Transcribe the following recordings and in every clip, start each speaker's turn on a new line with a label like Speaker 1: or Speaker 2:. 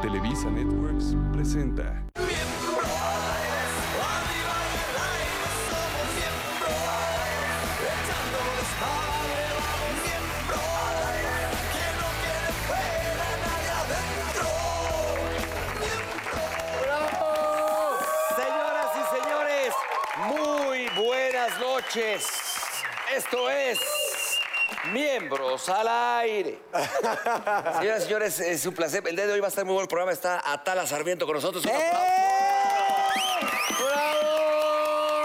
Speaker 1: Televisa Networks presenta.
Speaker 2: Señoras y señores, muy buenas noches. Esto es Miembros al Aire. Señoras y señores, es un placer. El día de hoy va a estar muy bueno el programa. Está Atala Sarmiento con nosotros. Un aplauso.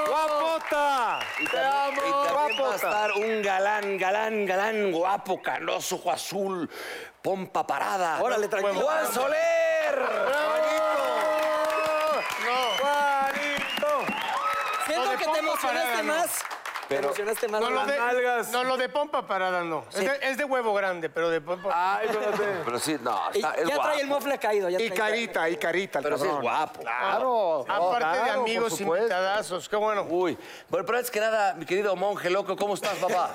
Speaker 3: ¡Guapota!
Speaker 2: Y también, y también va a estar un galán, galán, galán, guapo, canoso, ojo azul, pompa parada.
Speaker 3: Órale, tranquilo.
Speaker 2: Juan Soler.
Speaker 3: Lo
Speaker 4: Siento
Speaker 3: de
Speaker 4: que
Speaker 3: Pompa
Speaker 4: te emocionaste
Speaker 3: Parada, no.
Speaker 4: más. te
Speaker 2: Pero-
Speaker 4: emocionaste más.
Speaker 3: No lo, de,
Speaker 4: Abraham.
Speaker 5: nalgas.
Speaker 3: no, lo de pompa parada no. Es, de, es de huevo grande, pero de pompa.
Speaker 5: Ay, espérate.
Speaker 2: Pero sí, no,
Speaker 4: Y
Speaker 2: está, es Ah,
Speaker 4: ya
Speaker 2: guapo.
Speaker 4: trae el mofle caído. Ya
Speaker 5: Y
Speaker 4: trae-
Speaker 5: carita, y carita, el
Speaker 2: Pero sí es
Speaker 5: cabrón.
Speaker 2: guapo.
Speaker 5: Claro.
Speaker 3: Aparte de amigos
Speaker 5: invitados.
Speaker 3: invitadazos, qué bueno.
Speaker 2: Uy, bueno, pero antes que nada, mi querido monje loco, ¿cómo estás, papá?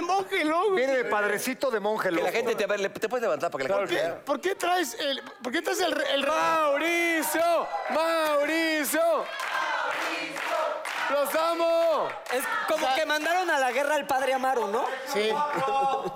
Speaker 3: Monje loco.
Speaker 5: Viene de padrecito de monje
Speaker 2: Que
Speaker 5: loco.
Speaker 2: la gente te, a ver, le- te puedes levantar para que la
Speaker 3: ¿Por
Speaker 2: gente
Speaker 3: qué,
Speaker 2: vea.
Speaker 3: por qué traes el, por qué traes el, el-
Speaker 5: ¡Mauricio! ¡Mauricio! ¡Los amo!
Speaker 4: Es como que mandaron a la guerra al padre Amaro, ¿no?
Speaker 3: Sí. No,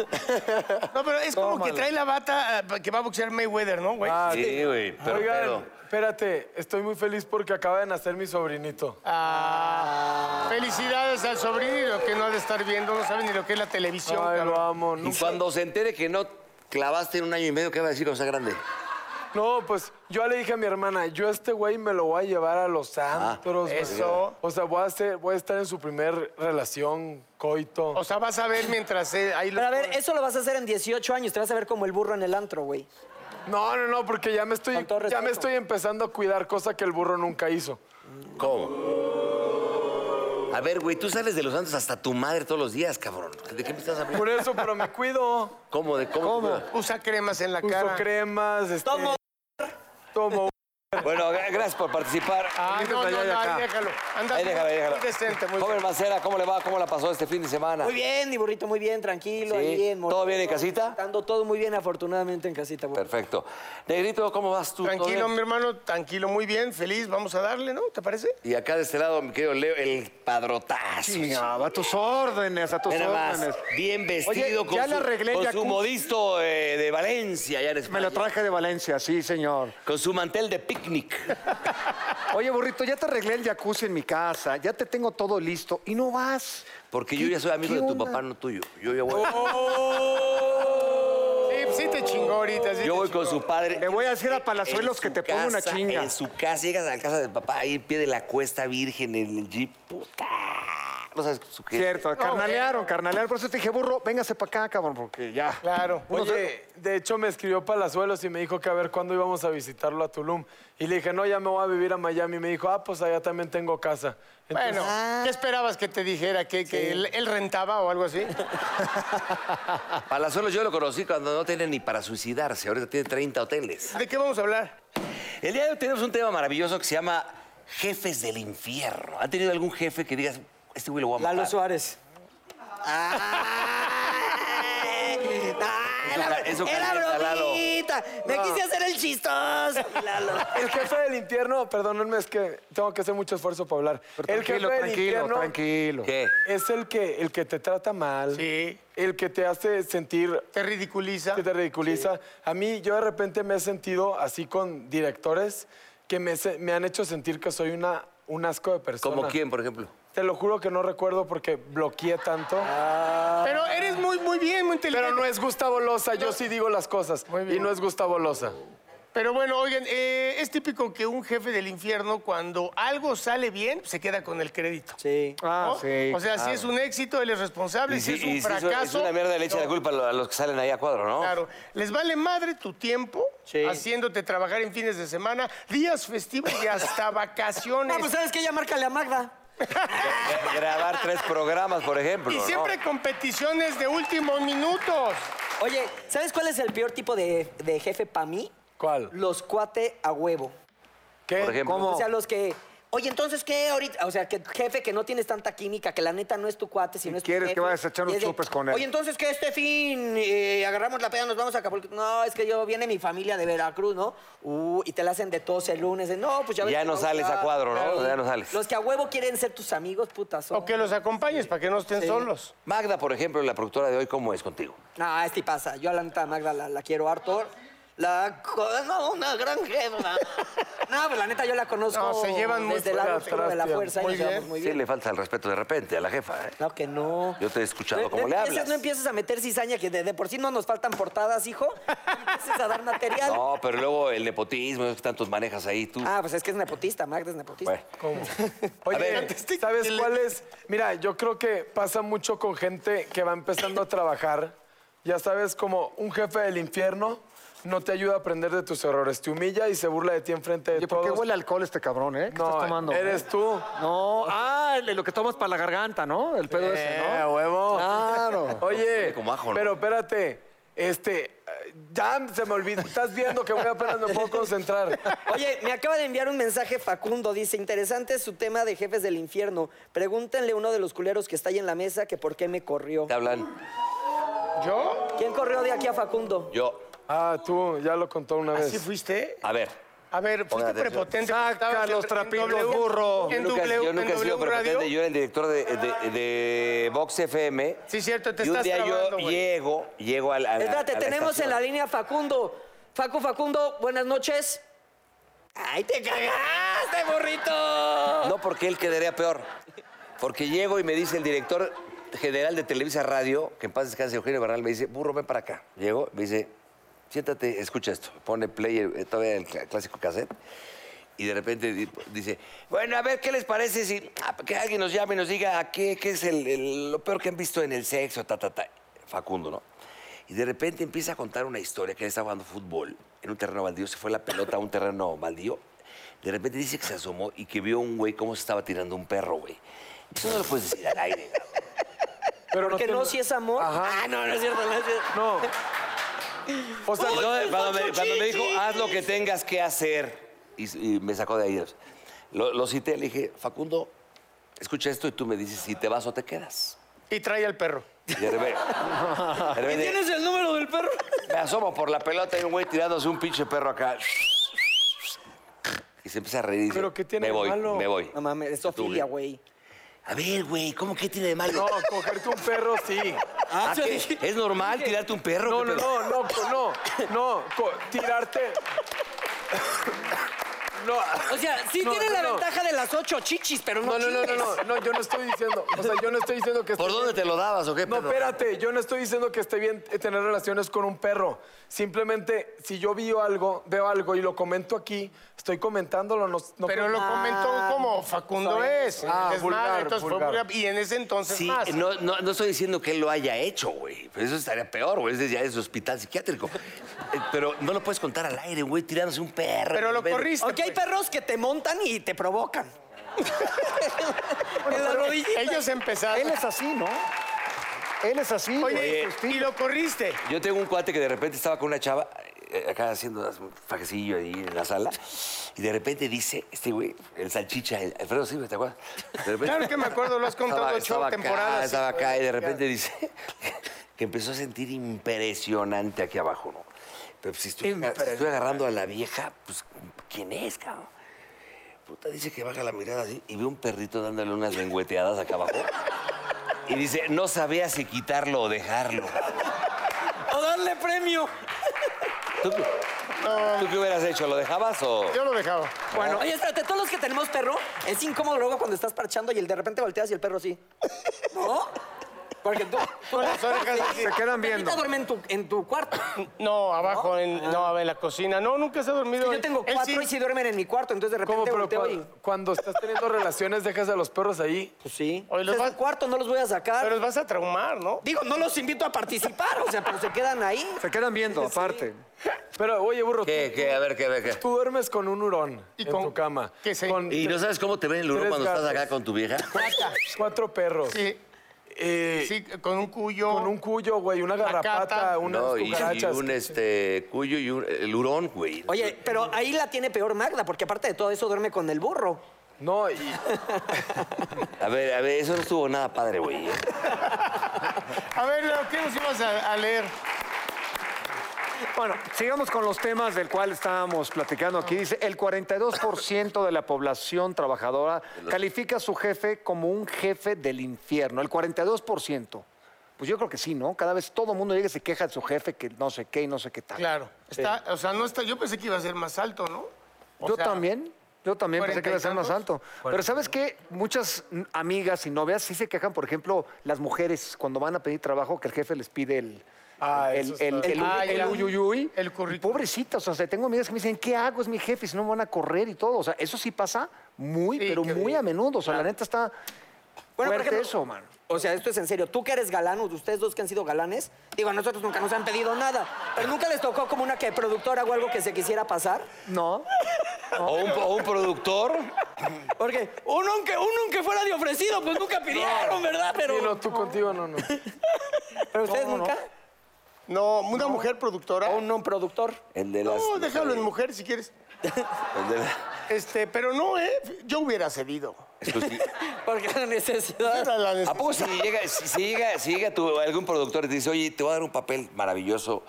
Speaker 3: pero es como que trae la bata eh, que va a boxear Mayweather, ¿no, güey?
Speaker 5: Ah,
Speaker 2: Sí, güey, pero,
Speaker 5: Oigan,
Speaker 2: pero-
Speaker 5: espérate, estoy muy feliz porque acaba de nacer mi sobrinito.
Speaker 3: Ah, felicidades al sobrino que no ha de estar viendo, no sabe ni lo que es la televisión,
Speaker 5: Ay,
Speaker 3: cabrón.
Speaker 5: lo amo.
Speaker 2: Y
Speaker 5: nunca-
Speaker 2: cuando se entere que no clavaste en un año y medio, ¿qué va a decir cuando sea grande?
Speaker 5: No, pues yo le dije a mi hermana, yo a este güey me lo voy a llevar a los antros. güey.
Speaker 3: eso.
Speaker 5: O sea, voy a, hacer- voy a estar en su primer relación, coito.
Speaker 3: O sea, vas a ver mientras eh, ahí lo
Speaker 4: Pero a ver, eso lo vas a hacer en 18 años. Te vas a ver como el burro en el antro, güey.
Speaker 5: No, no, no, porque ya me estoy,
Speaker 4: Con todo
Speaker 5: ya me
Speaker 4: respeto.
Speaker 5: estoy empezando a cuidar, cosa que el burro nunca hizo.
Speaker 2: ¿Cómo? A ver, güey, tú sales de los Andes hasta tu madre todos los días, cabrón. ¿De qué me estás hablando?
Speaker 5: Por eso, pero me cuido.
Speaker 2: ¿Cómo? ¿De cómo?
Speaker 3: usa cremas en la
Speaker 5: Uso
Speaker 3: cara.
Speaker 5: cremas, este,
Speaker 4: Tomo.
Speaker 5: tomo.
Speaker 2: Bueno, gra- gracias por participar.
Speaker 3: Ah, no, no,
Speaker 5: allá y
Speaker 3: no,
Speaker 5: acá.
Speaker 3: ahí déjalo. Anda,
Speaker 2: Ahí déjalo, ahí déjalo.
Speaker 3: Muy decente, muy
Speaker 2: Joven Macera, ¿cómo le va? ¿Cómo la pasó este fin de semana?
Speaker 4: Muy bien, mi burrito, muy bien, tranquilo.
Speaker 2: Sí.
Speaker 4: ahí bien,
Speaker 2: ¿Todo bien en casita?
Speaker 4: Dando todo muy bien, afortunadamente, en casita, güey.
Speaker 2: Perfecto. Negrito, ¿cómo vas tú? ¿Todo
Speaker 3: Tranquilo,
Speaker 2: bien?
Speaker 3: mi hermano, tranquilo, muy bien, feliz, vamos a darle, ¿no? ¿Te parece?
Speaker 2: Y acá de este lado, mi querido Leo, el padrotazo.
Speaker 5: Chingaba, a tus ah, órdenes, a tus
Speaker 2: Mira más, bien vestido
Speaker 5: Oye,
Speaker 2: con,
Speaker 5: ya
Speaker 2: su,
Speaker 5: le arreglé el
Speaker 2: con su
Speaker 5: jacuzzi.
Speaker 2: modisto eh, de Valencia, allá en
Speaker 5: Me lo
Speaker 2: España.
Speaker 5: traje de Valencia, sí, señor.
Speaker 2: Con su mantel de picnic.
Speaker 5: Oye, burrito, ya te arreglé el jacuzzi en mi casa, ya te tengo todo listo y no vas.
Speaker 2: Porque yo ya soy amigo
Speaker 5: qué
Speaker 2: de tu
Speaker 5: onda? Oh,
Speaker 2: papá, no tuyo. Yo ya voy,
Speaker 3: Sí, sí te chingó ahorita. Sí
Speaker 2: yo
Speaker 3: te
Speaker 2: voy con
Speaker 3: chingó.
Speaker 2: su padre.
Speaker 5: Le voy a decir a
Speaker 2: En
Speaker 5: Palazuelos
Speaker 2: su
Speaker 5: que te ponga una
Speaker 2: casa,
Speaker 5: chinga.
Speaker 2: En su casa, llegas a la casa del papá, ahí en pie de la cuesta virgen, en el jeep. Puta. No sabes su qué.
Speaker 5: Cierto, carnalearon, carnalearon. Por eso te dije, burro, véngase para acá, cabrón, porque ya.
Speaker 3: Claro.
Speaker 6: Oye, de hecho me escribió Palazuelos y me dijo que a ver cuándo íbamos a visitarlo a Tulum. Y le dije, no, ya me voy a vivir a Miami. Y me dijo, ah, pues allá también tengo casa. Entonces,
Speaker 3: Bueno, ¿qué esperabas que te dijera? ¿Que, que él, él rentaba o algo así?
Speaker 2: Ah, Palazuelos yo lo conocí cuando no tenía ni para suicidarse. Ahorita tiene 30 hoteles.
Speaker 3: ¿De qué vamos a hablar?
Speaker 2: El día de hoy tenemos un tema maravilloso que se llama Jefes del Infierno. ¿Han tenido algún jefe que digas, este güey lo voy a matar?
Speaker 4: Lalo Suárez.
Speaker 2: Ay,
Speaker 4: Ah,
Speaker 2: Eso ca-
Speaker 4: era
Speaker 2: eso
Speaker 4: era
Speaker 2: calienta, Lalo.
Speaker 4: bromita. Me quise hacer el chistoso, Lalo.
Speaker 6: el jefe del infierno, perdónenme, es que tengo que hacer mucho esfuerzo para hablar.
Speaker 5: Pero
Speaker 6: el jefe
Speaker 5: tranquilo,
Speaker 6: del
Speaker 5: tranquilo,
Speaker 6: infierno
Speaker 5: tranquilo.
Speaker 2: ¿Qué?
Speaker 6: es el que, el que te trata mal,
Speaker 3: Sí.
Speaker 6: el que te hace sentir
Speaker 3: ¿Te ridiculiza?
Speaker 6: que te ridiculiza. A mí, yo de repente me he sentido así con directores que me, se- me han hecho sentir que soy una, un asco de persona.
Speaker 2: ¿Como quién, por ejemplo?
Speaker 6: Te lo juro que no recuerdo porque bloqueé tanto.
Speaker 5: Ah.
Speaker 3: Pero eres muy, muy bien, muy inteligente.
Speaker 6: Pero no es Gustavo Loza, yo sí digo las cosas.
Speaker 3: Muy bien.
Speaker 6: Y no es Gustavo Loza.
Speaker 3: Pero bueno, oigan, eh, es típico que un jefe del infierno, cuando algo sale bien, se queda con el crédito.
Speaker 4: Sí.
Speaker 5: Ah,
Speaker 3: ¿no?
Speaker 5: sí.
Speaker 3: O sea, si es un éxito, él es responsable. si, es un
Speaker 2: y si
Speaker 3: fracaso.
Speaker 2: es una mierda le echa la culpa a lo- a los que salen ahí a cuadro, ¿no?
Speaker 3: Claro, les vale madre tu tiempo
Speaker 4: Sí.
Speaker 3: haciéndote trabajar en fines de semana, días festivos y hasta vacaciones.
Speaker 4: Ah, pues sabes que ya márcale a Magda.
Speaker 2: Gra- Grabar tres programas, por ejemplo.
Speaker 3: y
Speaker 2: ¿no?
Speaker 3: siempre competiciones de últimos minutos.
Speaker 4: Oye, ¿sabes cuál es el peor tipo de, de jefe para mí?
Speaker 6: ¿Cuál?
Speaker 4: Los cuate a huevo.
Speaker 6: ¿Qué?
Speaker 2: Por ejemplo.
Speaker 4: O sea, los que Oye, entonces, ¿qué ahorita? O sea, que jefe, que no tienes tanta química, que la neta no es tu cuate, sino es tu
Speaker 5: quieres que
Speaker 4: jefe,
Speaker 5: vayas a
Speaker 4: y
Speaker 5: echar unos
Speaker 4: es de,
Speaker 5: chupes con él.
Speaker 4: Oye, entonces, que este fin eh, agarramos la peda, nos vamos a Acapulco. No, es que yo, viene mi familia de Veracruz, ¿no? Uh, y te la hacen de tos el lunes. de, no, pues ya ves
Speaker 2: Ya
Speaker 4: que
Speaker 2: no
Speaker 4: me gusta".
Speaker 2: sales a cuadro, ¿no?
Speaker 4: Claro.
Speaker 2: Ya no sales.
Speaker 4: Los que a huevo quieren ser tus amigos, putas son.
Speaker 3: O que los acompañes para que no estén solos.
Speaker 2: Magda, por ejemplo, la productora de hoy, ¿cómo es contigo?
Speaker 4: No, este pasa. Yo a la neta Magda la, la quiero harto. La co- no, una gran jefa. No, pues la neta yo la conozco
Speaker 3: No, se llevan muy
Speaker 4: desde el lado oscuro
Speaker 6: atrás,
Speaker 4: de la
Speaker 6: tío.
Speaker 4: fuerza y
Speaker 3: Muy
Speaker 4: nos llevamos
Speaker 3: bien.
Speaker 4: muy
Speaker 2: Sí,
Speaker 4: bien.
Speaker 2: le falta el respeto de repente a la jefa, ¿eh?
Speaker 4: No, que no.
Speaker 2: Yo te he escuchado
Speaker 4: No-
Speaker 2: cómo
Speaker 4: no
Speaker 2: le
Speaker 4: empiezas-
Speaker 2: hablas.
Speaker 4: No empiezas a meter cizaña, que de, de por sí no nos faltan portadas, hijo. No Empiezas a dar material.
Speaker 2: No, pero luego el nepotismo, es que tantos manejas ahí tú.
Speaker 4: Ah, pues es que es nepotista, Magda es nepotista.
Speaker 2: Bueno.
Speaker 6: ¿Cómo? Oye, ¿sabes cuál es? Mira, yo creo que pasa mucho con gente que va empezando a trabajar. Ya sabes, como un jefe del infierno no te ayuda a aprender de tus errores. Te humilla y se burla de ti enfrente de
Speaker 5: Oye, ¿por
Speaker 6: todos.
Speaker 5: qué huele a alcohol este cabrón, eh? ¿Qué
Speaker 6: No,
Speaker 5: estás tomando?
Speaker 6: eres tú.
Speaker 5: No, ah, el- lo que tomas para la garganta, ¿no? El pedo ese,
Speaker 6: Eh,
Speaker 5: ¿no?
Speaker 6: huevo.
Speaker 5: Claro.
Speaker 6: Oye,
Speaker 2: como ajo, ¿no?
Speaker 6: pero espérate. Este, eh, ya se me olvidó. Estás viendo que voy apenas me puedo concentrar.
Speaker 4: Oye, me acaba de enviar un mensaje Facundo. Dice, interesante su tema de jefes del infierno. Pregúntenle a uno de los culeros que está ahí en la mesa que por qué me corrió.
Speaker 2: Te hablan
Speaker 3: ¿Yo?
Speaker 4: ¿Quién corrió de aquí a Facundo?
Speaker 2: yo.
Speaker 6: Ah, tú, ya lo contó una vez.
Speaker 3: ¿Así fuiste?
Speaker 2: A ver,
Speaker 3: A ver, fuiste
Speaker 2: atención.
Speaker 3: prepotente.
Speaker 5: Saca
Speaker 3: Estabas en-
Speaker 5: los
Speaker 3: en
Speaker 5: trapitos,
Speaker 3: W,
Speaker 5: burro.
Speaker 3: En
Speaker 2: yo nunca,
Speaker 3: W,
Speaker 2: yo nunca he
Speaker 3: en
Speaker 2: sido
Speaker 3: W Radio.
Speaker 2: prepotente, yo era el director de, de- de Vox FM.
Speaker 3: Sí, cierto, te
Speaker 2: y un
Speaker 3: estás
Speaker 2: día
Speaker 3: trabando,
Speaker 2: yo
Speaker 3: güey.
Speaker 2: llego, llego al.
Speaker 4: Espérate, tenemos en la línea a Facundo. Facu, Facundo, buenas noches. ¡Ay, te cagaste, burrito!
Speaker 2: No, porque él quedaría peor. Porque llego y me dice el director general de Televisa Radio, que en paz descanse Eugenio Barral, me dice, burro, ven para acá. Llego, me dice, siéntate, escucha esto. Pone play, eh, todavía el cl- clásico cassette. Y de repente di- dice, bueno, a ver, ¿qué les parece si ah, que alguien nos llame y nos diga a qué, qué es el- el- lo peor que han visto en el sexo, ta, ta, ta? Facundo, ¿no? Y de repente empieza a contar una historia que él estaba jugando fútbol en un terreno baldío, se fue la pelota a un terreno baldío. De repente dice que se asomó y que vio un güey cómo se estaba tirando un perro, güey. Eso no lo puedes decir al aire.
Speaker 6: Pero
Speaker 4: Porque
Speaker 6: te-
Speaker 4: no, si es amor.
Speaker 6: Ajá.
Speaker 4: Ah, no, no es cierto. No es cierto.
Speaker 6: No. O sea,
Speaker 4: Pues,
Speaker 2: Yo,
Speaker 6: no,
Speaker 2: cuando, me, cuando me dijo, haz lo que tengas que hacer, y, y me sacó de ahí. Lo, lo cité, le dije, Facundo, escucha esto y tú me dices si te vas o te quedas.
Speaker 3: Y trae al perro.
Speaker 2: Y de repente, de repente,
Speaker 4: ¿Tienes el número del perro?
Speaker 2: me asomo por la pelota y un güey tirándose un pinche perro acá. Y se empieza a reír. y dice,
Speaker 6: Pero ¿qué tiene
Speaker 2: me
Speaker 6: de
Speaker 2: voy,
Speaker 6: malo?
Speaker 2: me voy.
Speaker 4: No mames, es Sofía, güey.
Speaker 2: A ver, güey, ¿cómo que tiene de malo?
Speaker 6: no, cogerte un perro sí.
Speaker 2: Ah,
Speaker 4: yo
Speaker 2: ¿qué?
Speaker 4: dije-
Speaker 2: ¿Es normal tirarte un perro?
Speaker 6: No,
Speaker 2: ¿Qué
Speaker 6: no,
Speaker 2: pedo?
Speaker 6: no, no, co- no, no, co- tirarte. No,
Speaker 4: O sea, sí
Speaker 6: No,
Speaker 4: tiene
Speaker 6: no,
Speaker 4: la
Speaker 6: no.
Speaker 4: ventaja de las ocho chichis, pero no
Speaker 6: no, no, no, no, no, no, yo no estoy diciendo, o sea, yo no estoy diciendo que...
Speaker 2: ¿Por
Speaker 6: esté
Speaker 2: dónde
Speaker 6: bien.
Speaker 2: te lo dabas o qué
Speaker 6: No,
Speaker 2: pedo?
Speaker 6: espérate, yo no estoy diciendo que esté bien eh, tener relaciones con un perro. Simplemente, si yo veo algo, veo algo y lo comento aquí, estoy comentándolo, no... no
Speaker 3: Pero lo comentó como Facundo es.
Speaker 6: Ah,
Speaker 3: es
Speaker 6: vulgar,
Speaker 3: mal, entonces fue
Speaker 6: vulgar.
Speaker 3: vulgar. Y en ese entonces
Speaker 2: Sí,
Speaker 3: más.
Speaker 2: no, no, no estoy diciendo que él lo haya hecho, güey. Pero eso estaría peor, güey. Es ya es hospital psiquiátrico. Eh, Pero no lo puedes contar al aire, güey, tirándose un perro.
Speaker 3: Pero lo
Speaker 2: Ven.
Speaker 3: corriste.
Speaker 4: Aunque hay
Speaker 3: pues.
Speaker 4: perros que te montan y te provocan. en la rodillita.
Speaker 3: Ellos empezaron.
Speaker 5: Él es así, ¿no? Él es así. güey,
Speaker 3: Oye,
Speaker 5: su estilo.
Speaker 3: y lo corriste.
Speaker 2: Yo tengo un cuate que de repente estaba con una chava eh, acá haciendo unas- un fajecillo ahí en la sala. Y de repente dice, este güey, el salchicha, el Alfredo Silva, ¿te acuerdas? De repente-
Speaker 3: Claro que me acuerdo, lo has contado
Speaker 2: Estaba-
Speaker 3: ocho
Speaker 2: estaba acá,
Speaker 3: temporadas.
Speaker 2: Estaba acá y de repente dice que empezó a sentir impresionante aquí abajo, ¿no? Pero pues, si estoy, si estoy agarrando a la vieja, pues, ¿quién es, cabrón? Puta, dice que baja la mirada así y ve un perrito dándole unas lengüeteadas acá abajo. Y dice, no sabía si quitarlo o dejarlo.
Speaker 4: O darle premio.
Speaker 2: ¿Tú, qué- tú qué hubieras hecho? ¿Lo dejabas o...?
Speaker 3: Yo lo dejaba.
Speaker 4: Bueno. Oye, espérate, todos los que tenemos perro, es incómodo luego cuando estás parchando y el de repente volteas y el perro sí. ¿No? Porque tú.
Speaker 3: Con las orejas así.
Speaker 5: Se quedan viendo.
Speaker 4: Ahorita duerme en tu, en tu cuarto.
Speaker 3: No, abajo, En, no, en la cocina. No, nunca se ha dormido.
Speaker 4: Yo tengo
Speaker 3: Él
Speaker 4: cuatro
Speaker 3: sí.
Speaker 4: y sí duermen en mi cuarto, entonces de
Speaker 6: ¿Cómo?
Speaker 4: repente
Speaker 6: Pero
Speaker 4: volteo y.
Speaker 6: cua- cuando estás teniendo relaciones, dejas a los perros ahí.
Speaker 4: Pues sí.
Speaker 3: Oye, los
Speaker 4: Es
Speaker 3: va-
Speaker 4: su cuarto, no los voy a sacar.
Speaker 3: Pero los vas a traumar, ¿no?
Speaker 4: Digo, no los invito a participar, o sea, pero se quedan ahí.
Speaker 5: Se quedan viendo, aparte.
Speaker 6: Pero, oye, burro,
Speaker 2: ¿Qué, qué? A ver, ¿qué, a ver, qué?
Speaker 6: Tú duermes con un hurón
Speaker 3: Y
Speaker 6: en
Speaker 3: con-
Speaker 6: tu cama.
Speaker 3: que se-
Speaker 6: Con
Speaker 2: ¿Y no sabes cómo te ven el hurón
Speaker 6: Tres
Speaker 2: cuando estás
Speaker 6: gatos.
Speaker 2: acá con tu vieja?
Speaker 6: cuatro perros.
Speaker 3: Sí.
Speaker 6: Eh,
Speaker 3: Sí, con un cuyo.
Speaker 6: Con un cuyo, güey, una
Speaker 3: La cata.
Speaker 6: garrapata, unas
Speaker 2: No, y, y
Speaker 6: cucarachas.
Speaker 2: un este, cuyo y un, el hurón, güey.
Speaker 4: Oye, pero ahí la tiene peor Magda, porque aparte de todo eso duerme con el burro.
Speaker 6: No, y
Speaker 2: A ver, a ver, eso no estuvo nada padre, güey. ¿eh?
Speaker 3: A ver, Leo, ¿qué nos ibas a, a leer?
Speaker 5: Bueno, sigamos con los temas del cual estábamos platicando aquí. Dice, el 42% de la población trabajadora califica a su jefe como un jefe del infierno. El 42%. Pues yo creo que sí, ¿no? Cada vez todo el mundo llega y se queja de su jefe que no sé qué y no sé qué tal.
Speaker 3: Claro. Está, O sea, no está, yo pensé que iba a ser más alto, ¿no? O
Speaker 5: Yo
Speaker 3: sea,
Speaker 5: también. Yo también pensé que iba a ser más
Speaker 3: ¿cuarenta y
Speaker 5: alto. Pero ¿sabes qué? Muchas mm, amigas y novias sí se quejan, por ejemplo, las mujeres cuando van a pedir trabajo que el jefe les pide el...
Speaker 6: Ah,
Speaker 5: el,
Speaker 6: eso está-
Speaker 5: el, el,
Speaker 3: Ah,
Speaker 5: el
Speaker 3: ya.
Speaker 5: uyuyuy.
Speaker 3: El
Speaker 5: Y
Speaker 3: currículum.
Speaker 5: Pobrecita, o sea, tengo amigas que me dicen, ¿qué hago? Es mi jefe, si no me van a correr y todo. O sea, eso sí pasa muy,
Speaker 3: Sí,
Speaker 5: pero
Speaker 3: que-
Speaker 5: muy a menudo. O sea, la neta está
Speaker 4: Bueno, por
Speaker 5: fuerte
Speaker 4: ejemplo,
Speaker 5: eso, man.
Speaker 4: O sea, esto es en serio. Tú que eres galán, o ustedes dos que han sido galanes, digo, a nosotros nunca nos han pedido nada. Pero nunca les tocó como una que productora o algo que se quisiera pasar.
Speaker 5: No.
Speaker 2: O un, o un productor.
Speaker 4: Porque uno aunque, uno aunque fuera de ofrecido, pues nunca pidieron, ¿verdad?
Speaker 6: sí, no,
Speaker 4: Pero,
Speaker 6: tú contigo no, no.
Speaker 4: pero ustedes
Speaker 5: no, no.
Speaker 4: nunca.
Speaker 3: No, una mujer productora.
Speaker 4: O un non productor.
Speaker 2: El de las.
Speaker 3: No, déjalo en mujer si quieres.
Speaker 2: El de la-
Speaker 3: Este, pero no, ¿eh? Yo hubiera cedido.
Speaker 2: exclusi-
Speaker 4: Porque la necesidad.
Speaker 3: Era la
Speaker 2: ¿A
Speaker 3: necesidad.
Speaker 2: poco si llega, si, si llega, si llega tu- algún productor y te dice, oye, te voy a dar un papel maravilloso?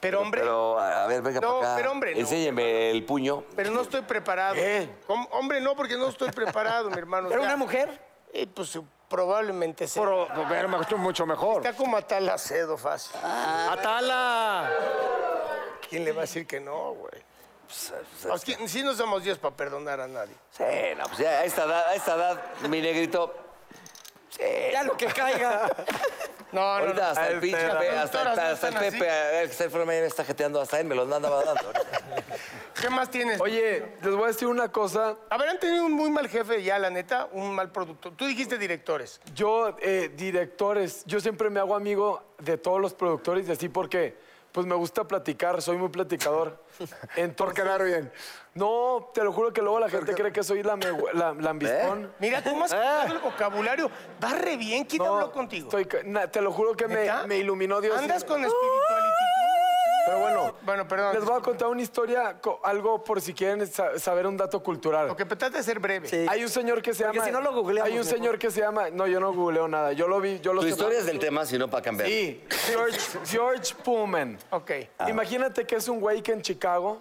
Speaker 3: Pero, hombre.
Speaker 2: Pero, a a ver, venga
Speaker 3: No,
Speaker 2: para acá.
Speaker 3: pero, hombre, no.
Speaker 2: Enséñame el puño.
Speaker 3: Pero no estoy preparado. ¿Cómo? Hombre, no, porque no estoy preparado, mi hermano.
Speaker 4: Pero
Speaker 3: O sea,
Speaker 4: una mujer.
Speaker 3: eh, pues probablemente sea.
Speaker 5: Pero, pero me- mucho mejor.
Speaker 3: Está como Atala Cedo fácil.
Speaker 2: Ah.
Speaker 5: ¡Atala!
Speaker 3: ¿Quién le va a decir que no, güey?
Speaker 2: Pues,
Speaker 3: Pues, O sea, Sí no somos Dios para perdonar a nadie.
Speaker 2: Sí, no, pues ya a esta edad, a esta edad, mi negrito.
Speaker 4: Ya lo que caiga.
Speaker 3: Ah, No, no,
Speaker 2: Ahorita
Speaker 3: no.
Speaker 2: hasta el pinche
Speaker 3: Las
Speaker 2: Pepe, hasta,
Speaker 3: productoras
Speaker 2: hasta-
Speaker 3: no
Speaker 2: hasta el
Speaker 3: están
Speaker 2: Pepe, a ver, que está enfermo, ahí me está jeteando, hasta él me los andaba dando.
Speaker 3: ¿Qué más tienes?
Speaker 6: Oye, les voy a decir una cosa.
Speaker 3: A ver, han tenido un muy mal jefe ya, la neta, un mal productor. Tú dijiste directores.
Speaker 6: Yo, eh, directores, yo siempre me hago amigo de todos los productores y así porque pues me gusta platicar, soy muy platicador. Entonces, Por
Speaker 5: quedar bien.
Speaker 6: No, te lo juro que luego la gente cree que soy la, me- la, lambiscón.
Speaker 3: Mira, ¿cómo has quitado el vocabulario? Va re bien. ¿Quién habló contigo?
Speaker 6: estoy ca- na- te lo juro que me,
Speaker 3: ¿Neta?
Speaker 6: me iluminó Dios.
Speaker 3: Andas
Speaker 6: Y-
Speaker 3: con espiritualidad.
Speaker 6: Pero bueno,
Speaker 3: Bueno, perdón.
Speaker 6: les voy a contar una historia, co- algo por si quieren sa- saber un dato cultural.
Speaker 3: Lo que trata de ser breve.
Speaker 4: Sí.
Speaker 6: Hay un señor que se
Speaker 4: Porque
Speaker 6: llama.
Speaker 4: si no lo googleamos,
Speaker 6: Hay un
Speaker 4: mejor.
Speaker 6: señor que se llama. No, yo no googleo nada. Yo lo vi, yo lo
Speaker 2: Tu
Speaker 6: sé.
Speaker 2: historia es del tema, sino para cambiar.
Speaker 6: Sí, George, George Pullman.
Speaker 3: Ok.
Speaker 6: Imagínate que es un güey que en Chicago,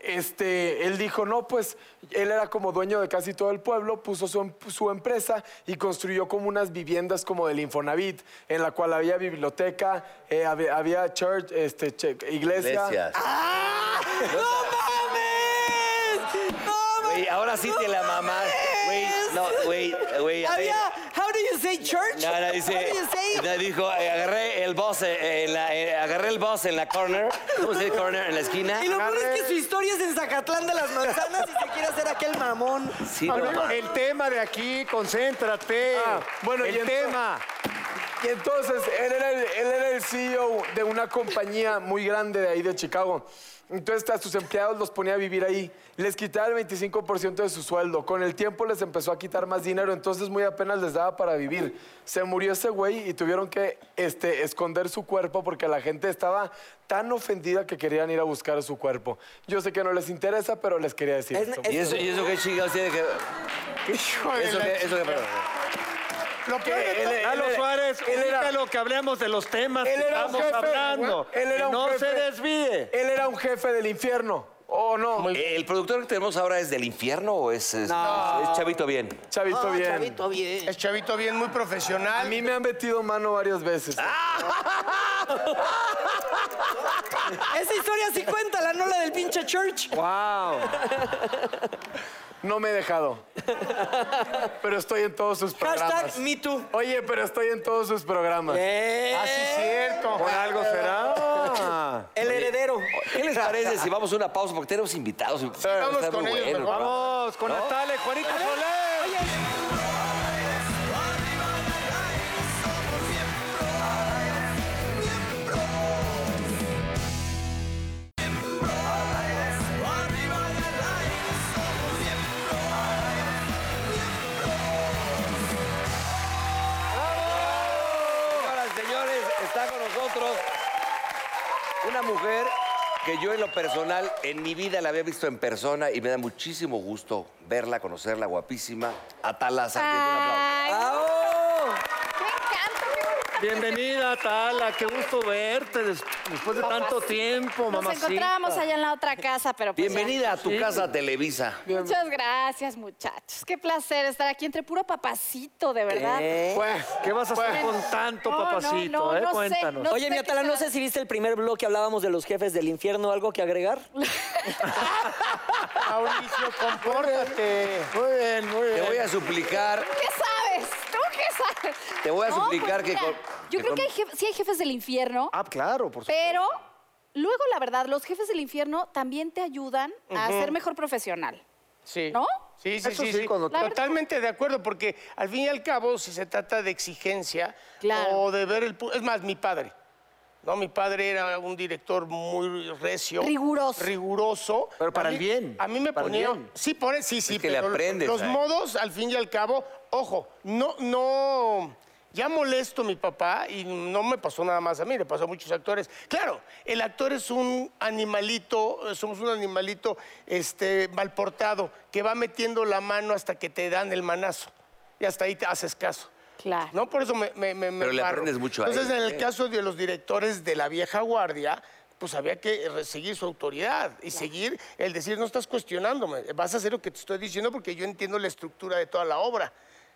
Speaker 6: este, él dijo, no, pues, él era como dueño de casi todo el pueblo, puso su, em- su empresa y construyó como unas viviendas como del Infonavit, en la cual había biblioteca, eh, había, había church, este, che- iglesia.
Speaker 2: Iglesias.
Speaker 3: "Ah,
Speaker 2: ¡No mames! Güey, ahora sí te la mamás. Güey, no, güey, güey. a ver.
Speaker 4: Había. How do you say church?
Speaker 2: No, no,
Speaker 4: How
Speaker 2: dice,
Speaker 4: do you say?
Speaker 2: no, dijo, eh, agarré el boss eh, en la, eh, agarré el boss en la corner, ¿cómo se dice corner? En la esquina.
Speaker 4: Y lo peor es que su historia es en Zacatlán de las Manzanas y se quiere hacer aquel mamón.
Speaker 2: Sí, no,
Speaker 5: El tema de aquí, concéntrate.
Speaker 6: Ah, bueno, y
Speaker 5: el
Speaker 6: entonces-
Speaker 5: tema.
Speaker 6: Y entonces él era, el, él era el CEO de una compañía muy grande de ahí de Chicago. Entonces a sus empleados los ponía a vivir ahí. Les quitaba el 25% de su sueldo. Con el tiempo les empezó a quitar más dinero. Entonces muy apenas les daba para vivir. Se murió ese güey y tuvieron que este, esconder su cuerpo porque la gente estaba tan ofendida que querían ir a buscar su cuerpo. Yo sé que no les interesa, pero les quería decir.
Speaker 4: Es-
Speaker 6: esto.
Speaker 4: es-
Speaker 2: y eso, y eso qué chingados tiene que
Speaker 3: Hijo de
Speaker 2: eso
Speaker 3: la
Speaker 2: que, eso que perdón.
Speaker 3: Lo peor de todo-
Speaker 6: Él
Speaker 5: Lalo
Speaker 6: era-
Speaker 5: Suárez,
Speaker 6: él era-
Speaker 5: lo que hablemos de los temas que
Speaker 6: Él era un
Speaker 5: estamos
Speaker 6: jefe.
Speaker 5: hablando.
Speaker 6: Él era
Speaker 5: Que
Speaker 6: un
Speaker 5: no
Speaker 6: jefe.
Speaker 5: se desvíe.
Speaker 6: Él era un jefe del infierno. ¿O Oh, no?
Speaker 2: Eh, ¿El productor que tenemos ahora es del infierno o es, es- es Chavito Bien?
Speaker 6: Chavito
Speaker 4: Ah,
Speaker 6: bien.
Speaker 4: Chavito, bien.
Speaker 3: Es chavito bien, muy
Speaker 6: A
Speaker 3: profesional.
Speaker 6: mí me han metido mano varias veces.
Speaker 4: Esa historia sí cuéntala, no la del pinche church.
Speaker 5: Wow.
Speaker 6: No me he dejado. Pero estoy en todos sus programas.
Speaker 4: Hashtag me too.
Speaker 6: Oye, pero estoy en todos sus programas.
Speaker 4: Eh,
Speaker 3: Así es cierto.
Speaker 5: Por algo será.
Speaker 4: el heredero.
Speaker 2: ¿Qué les parece si vamos a una pausa? Porque tenemos invitados. y va a
Speaker 3: vamos
Speaker 2: estar
Speaker 3: con
Speaker 2: muy
Speaker 3: ellos
Speaker 2: bueno el
Speaker 3: mejor.
Speaker 2: programa.
Speaker 5: Vamos con Natale, Juanito Soler.
Speaker 2: Señoras y señores, está con nosotros una mujer que yo en lo personal, en mi vida la había visto en persona y me da muchísimo gusto verla, conocerla, guapísima. Atalaza. ¿quién te un
Speaker 7: Ah,
Speaker 2: aplauso?
Speaker 8: Ay,
Speaker 4: ¡Au!
Speaker 8: me encanta. qué bonito.
Speaker 7: Bienvenida, Tala. Qué gusto verte des- después de tanto tiempo,
Speaker 8: Nos
Speaker 7: mamacita.
Speaker 8: encontrábamos allá en la otra casa, pero pues ya.
Speaker 2: Bienvenida a tu casa Televisa.
Speaker 8: Muchas gracias, muchachos. Qué placer estar aquí entre puro papacito, de verdad.
Speaker 2: Eh.
Speaker 7: Pues, ¿Qué vas a hacer con tanto
Speaker 8: No, no,
Speaker 7: papacito?
Speaker 8: no,
Speaker 7: eh?
Speaker 8: no sé,
Speaker 7: Cuéntanos.
Speaker 8: No
Speaker 4: Oye,
Speaker 8: sé
Speaker 4: mi
Speaker 8: qué
Speaker 4: Atala,
Speaker 8: se
Speaker 4: no
Speaker 8: va-
Speaker 4: sé si viste el primer blog que hablábamos de los jefes del infierno. ¿Algo que agregar?
Speaker 3: Mauricio, compórtate.
Speaker 7: Muy bien, muy
Speaker 2: Te voy a suplicar,
Speaker 8: ¿Qué sabes? ¿Tú qué sabes? pues
Speaker 2: Te voy a suplicar que
Speaker 8: mira,
Speaker 2: con- que
Speaker 8: Yo creo
Speaker 2: con-
Speaker 8: que hay jef- sí hay jefes del infierno,
Speaker 5: Ah, claro, por supuesto.
Speaker 8: pero luego, la verdad, los jefes del infierno también te ayudan a ser mejor profesional.
Speaker 3: Sí.
Speaker 8: ¿No?
Speaker 3: Sí, sí,
Speaker 5: Eso
Speaker 3: sí.
Speaker 5: sí,
Speaker 3: sí.
Speaker 5: cuando-
Speaker 8: La verdad-
Speaker 3: Totalmente de acuerdo, porque al fin y al cabo, si se trata de exigencia
Speaker 8: Claro.
Speaker 3: o de ver el... pu- Es más, mi padre. No, mi padre era un director muy recio.
Speaker 8: Riguroso.
Speaker 3: Riguroso.
Speaker 7: Pero para
Speaker 3: A
Speaker 7: el
Speaker 3: mí-
Speaker 7: bien,
Speaker 3: A mí me
Speaker 7: para el
Speaker 3: ponía...
Speaker 7: bien.
Speaker 3: Sí, por el- sí, sí.
Speaker 2: que le
Speaker 3: pero
Speaker 2: aprendes
Speaker 3: Los
Speaker 2: a él.
Speaker 3: modos, al fin y al cabo, ojo, no, no... Ya molesto a mi papá y no me pasó nada más a mí, le pasó a muchos actores. Claro, el actor es un animalito, eh, somos un animalito este, mal portado que va metiendo la mano hasta que te dan el manazo y hasta ahí te haces caso.
Speaker 8: Claro.
Speaker 3: No, por eso me, me, me- me
Speaker 2: Pero le
Speaker 3: embarro.
Speaker 2: aprendes mucho a
Speaker 3: Entonces,
Speaker 2: él,
Speaker 3: en el
Speaker 2: ¿eh?
Speaker 3: caso de los directores de la vieja guardia, pues había que re- seguir su autoridad y seguir el decir, no estás cuestionándome, vas a hacer lo que te estoy diciendo porque yo entiendo la estructura de toda la obra.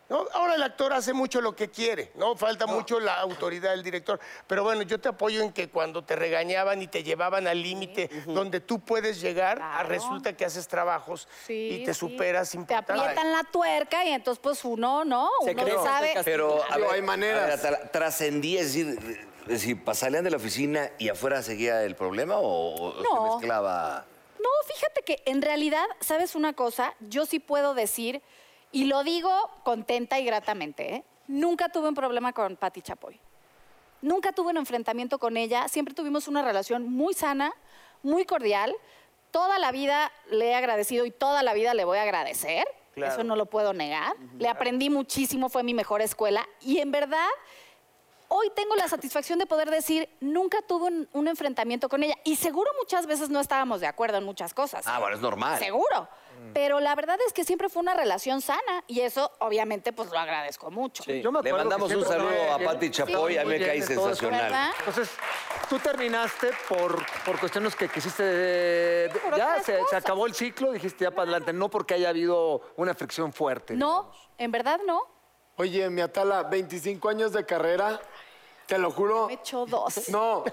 Speaker 3: ¿No? Ahora el actor hace mucho lo que quiere, ¿no? Falta mucho la autoridad del director. Pero bueno, yo te apoyo en que cuando te regañaban y te llevaban al límite donde tú puedes llegar, a-
Speaker 8: Claro.
Speaker 3: resulta que haces trabajos y te
Speaker 8: sí.
Speaker 3: superas sin
Speaker 8: Te
Speaker 3: importar.
Speaker 8: aprietan la tuerca y entonces pues uno, ¿no?
Speaker 4: Se
Speaker 8: uno
Speaker 4: creó.
Speaker 8: sabe.
Speaker 2: pero a
Speaker 7: Digo,
Speaker 2: ver,
Speaker 7: hay maneras.
Speaker 2: a ver, Atala, trascendí, es decir, es decir, pa- salían de la oficina y afuera seguía el problema o, o
Speaker 8: No.
Speaker 2: se mezclaba.
Speaker 8: No, fíjate que en realidad, ¿sabes una cosa? Yo sí puedo decir, y lo digo contenta y gratamente, ¿eh? nunca tuve un problema con Patti Chapoy. Nunca tuve un enfrentamiento con ella, siempre tuvimos una relación muy sana, muy cordial. Toda la vida le he agradecido y toda la vida le voy a agradecer. Eso no lo puedo negar. Le aprendí muchísimo, fue mi mejor escuela. Y en verdad, hoy tengo la satisfacción de poder decir, nunca tuve un, un enfrentamiento con ella. Y seguro muchas veces no estábamos de acuerdo en muchas cosas.
Speaker 2: Ah, bueno, es normal. Mm.
Speaker 8: Seguro. Pero la verdad es que siempre fue una relación sana y eso obviamente pues lo agradezco mucho.
Speaker 7: Yo me acuerdo
Speaker 2: Le
Speaker 7: que
Speaker 2: mandamos un
Speaker 7: siempre-
Speaker 2: saludo a
Speaker 7: Sí.
Speaker 2: Pati Chapoy, a mí
Speaker 7: Muy
Speaker 2: me
Speaker 7: bien,
Speaker 2: cae
Speaker 7: de todo eso.
Speaker 8: ¿Verdad?
Speaker 2: sensacional.
Speaker 7: Entonces, tú terminaste por, por cuestiones que quisiste. de- de-
Speaker 8: por
Speaker 7: ya
Speaker 8: otras
Speaker 7: se, se
Speaker 8: cosas.
Speaker 7: acabó el ciclo, dijiste ya para adelante. No porque haya habido una fricción fuerte.
Speaker 8: No, en verdad no.
Speaker 9: Oye, mi Atala, 25 años de carrera, te lo juro.
Speaker 8: Me echó dos.
Speaker 9: No,